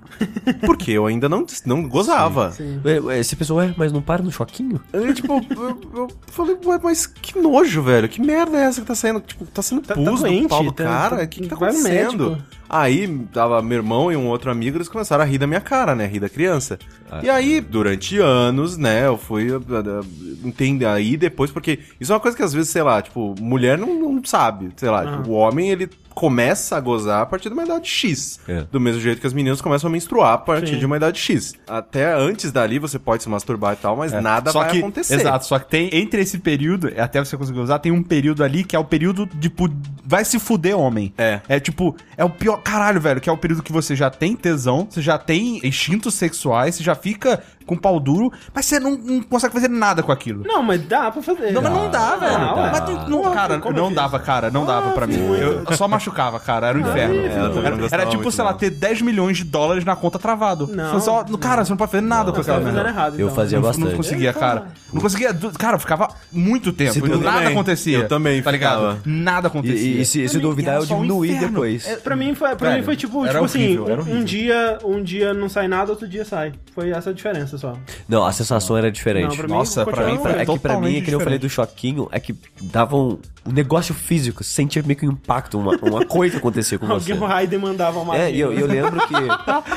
Porque eu ainda não, não gozava. Ué, ué, Você pensou, ué, mas não para no choquinho? Eu, tipo, eu, eu falei, "Ué, mas que nojo, velho. Que merda é essa que tá saindo? Tipo, tá saindo Tá- pus tá do doente, pau do tá- cara? tá- O que, que tá vai no acontecendo? médico. Aí tava meu irmão e um outro amigo, eles começaram a rir da minha cara, né? Rir da criança. Ah, e é. aí, durante anos, né, eu fui ah, entender aí depois, porque isso é uma coisa que às vezes, sei lá, tipo, mulher não, não sabe, sei lá, Ah. tipo, o homem, ele começa a gozar a partir de uma idade X. É. Do mesmo jeito que as meninas começam a menstruar a partir Sim. de uma idade X. Até antes dali você pode se masturbar e tal, mas nada É. só vai que, acontecer. Exato, só que tem entre esse período, é até você conseguir usar, tem um período ali que é o período de pu- vai se fuder homem. É. É tipo, é o pior, caralho, velho, que é o período que você já tem tesão, você já tem instintos sexuais, você já fica com pau duro, mas você não, não consegue fazer nada com aquilo. Não, mas dá pra fazer. Não, mas não dá, velho. ué. Mas tu- não, cara, como eu não fiz? dava, cara. Não dava pra mim. Eu só machucava, cara. Era o inferno. filho. Era- É, eu também não era, gostava tipo, muito, sei lá, não. ter 10 milhões de dólares na conta travado. Não, Foi só, cara, você não pode fazer nada com Não, você aquela tá fazendo merda. errado, Eu então. fazia um Não- bastante. Não conseguia, cara. Não conseguia. du- Cara, eu ficava muito tempo. Se e eu nada também. acontecia. Eu também Tá ligado? ficava. Nada E, acontecia. e- e se, se duvidar, eu era só um diminuí inferno. depois. É, pra mim foi, pra Velho, mim foi tipo, era tipo horrível, assim, era um- um, horrível. dia, um dia não sai nada, outro dia sai. Foi essa a diferença só. Não, a sensação era diferente. Não, pra mim, Nossa, pra mim continua, Pra- foi é que pra mim, totalmente é que nem eu falei diferente. do choquinho, é que dava um, um negócio físico, você sentia meio que um impacto, uma, uma coisa acontecer com você. Alguém o Raiden mandava uma É, e eu, eu lembro que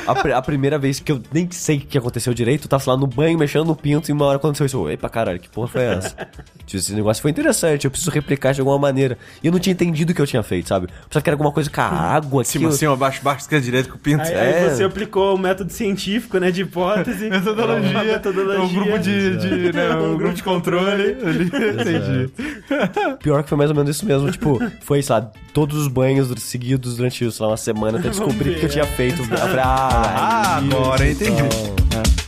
a, pri- a primeira vez que eu nem sei o que aconteceu direito, eu tava lá no banho, mexendo no pinto, e uma hora aconteceu isso. Epa, caralho, que porra foi essa? Tipo, Esse negócio foi interessante, eu preciso replicar de alguma maneira. E eu não tinha entendido o que eu tinha feito, sabe? Só que era alguma coisa com a água, que Cima, eu- cima, baixo, baixo, esquerda, direita, com o pinto. Aí, É. aí É. você aplicou o método científico, né, de [LAUGHS] hipótese. É É Metodologia, Uma metodologia. Um grupo de, de, né, um grupo de controle. ali, Entendi. Pior que foi mais ou menos isso mesmo. Tipo, foi, sei lá, todos os banhos seguidos durante, sei lá, uma semana até descobrir o que eu tinha feito. Eu falei, ah, Ah, agora eu entendi. É.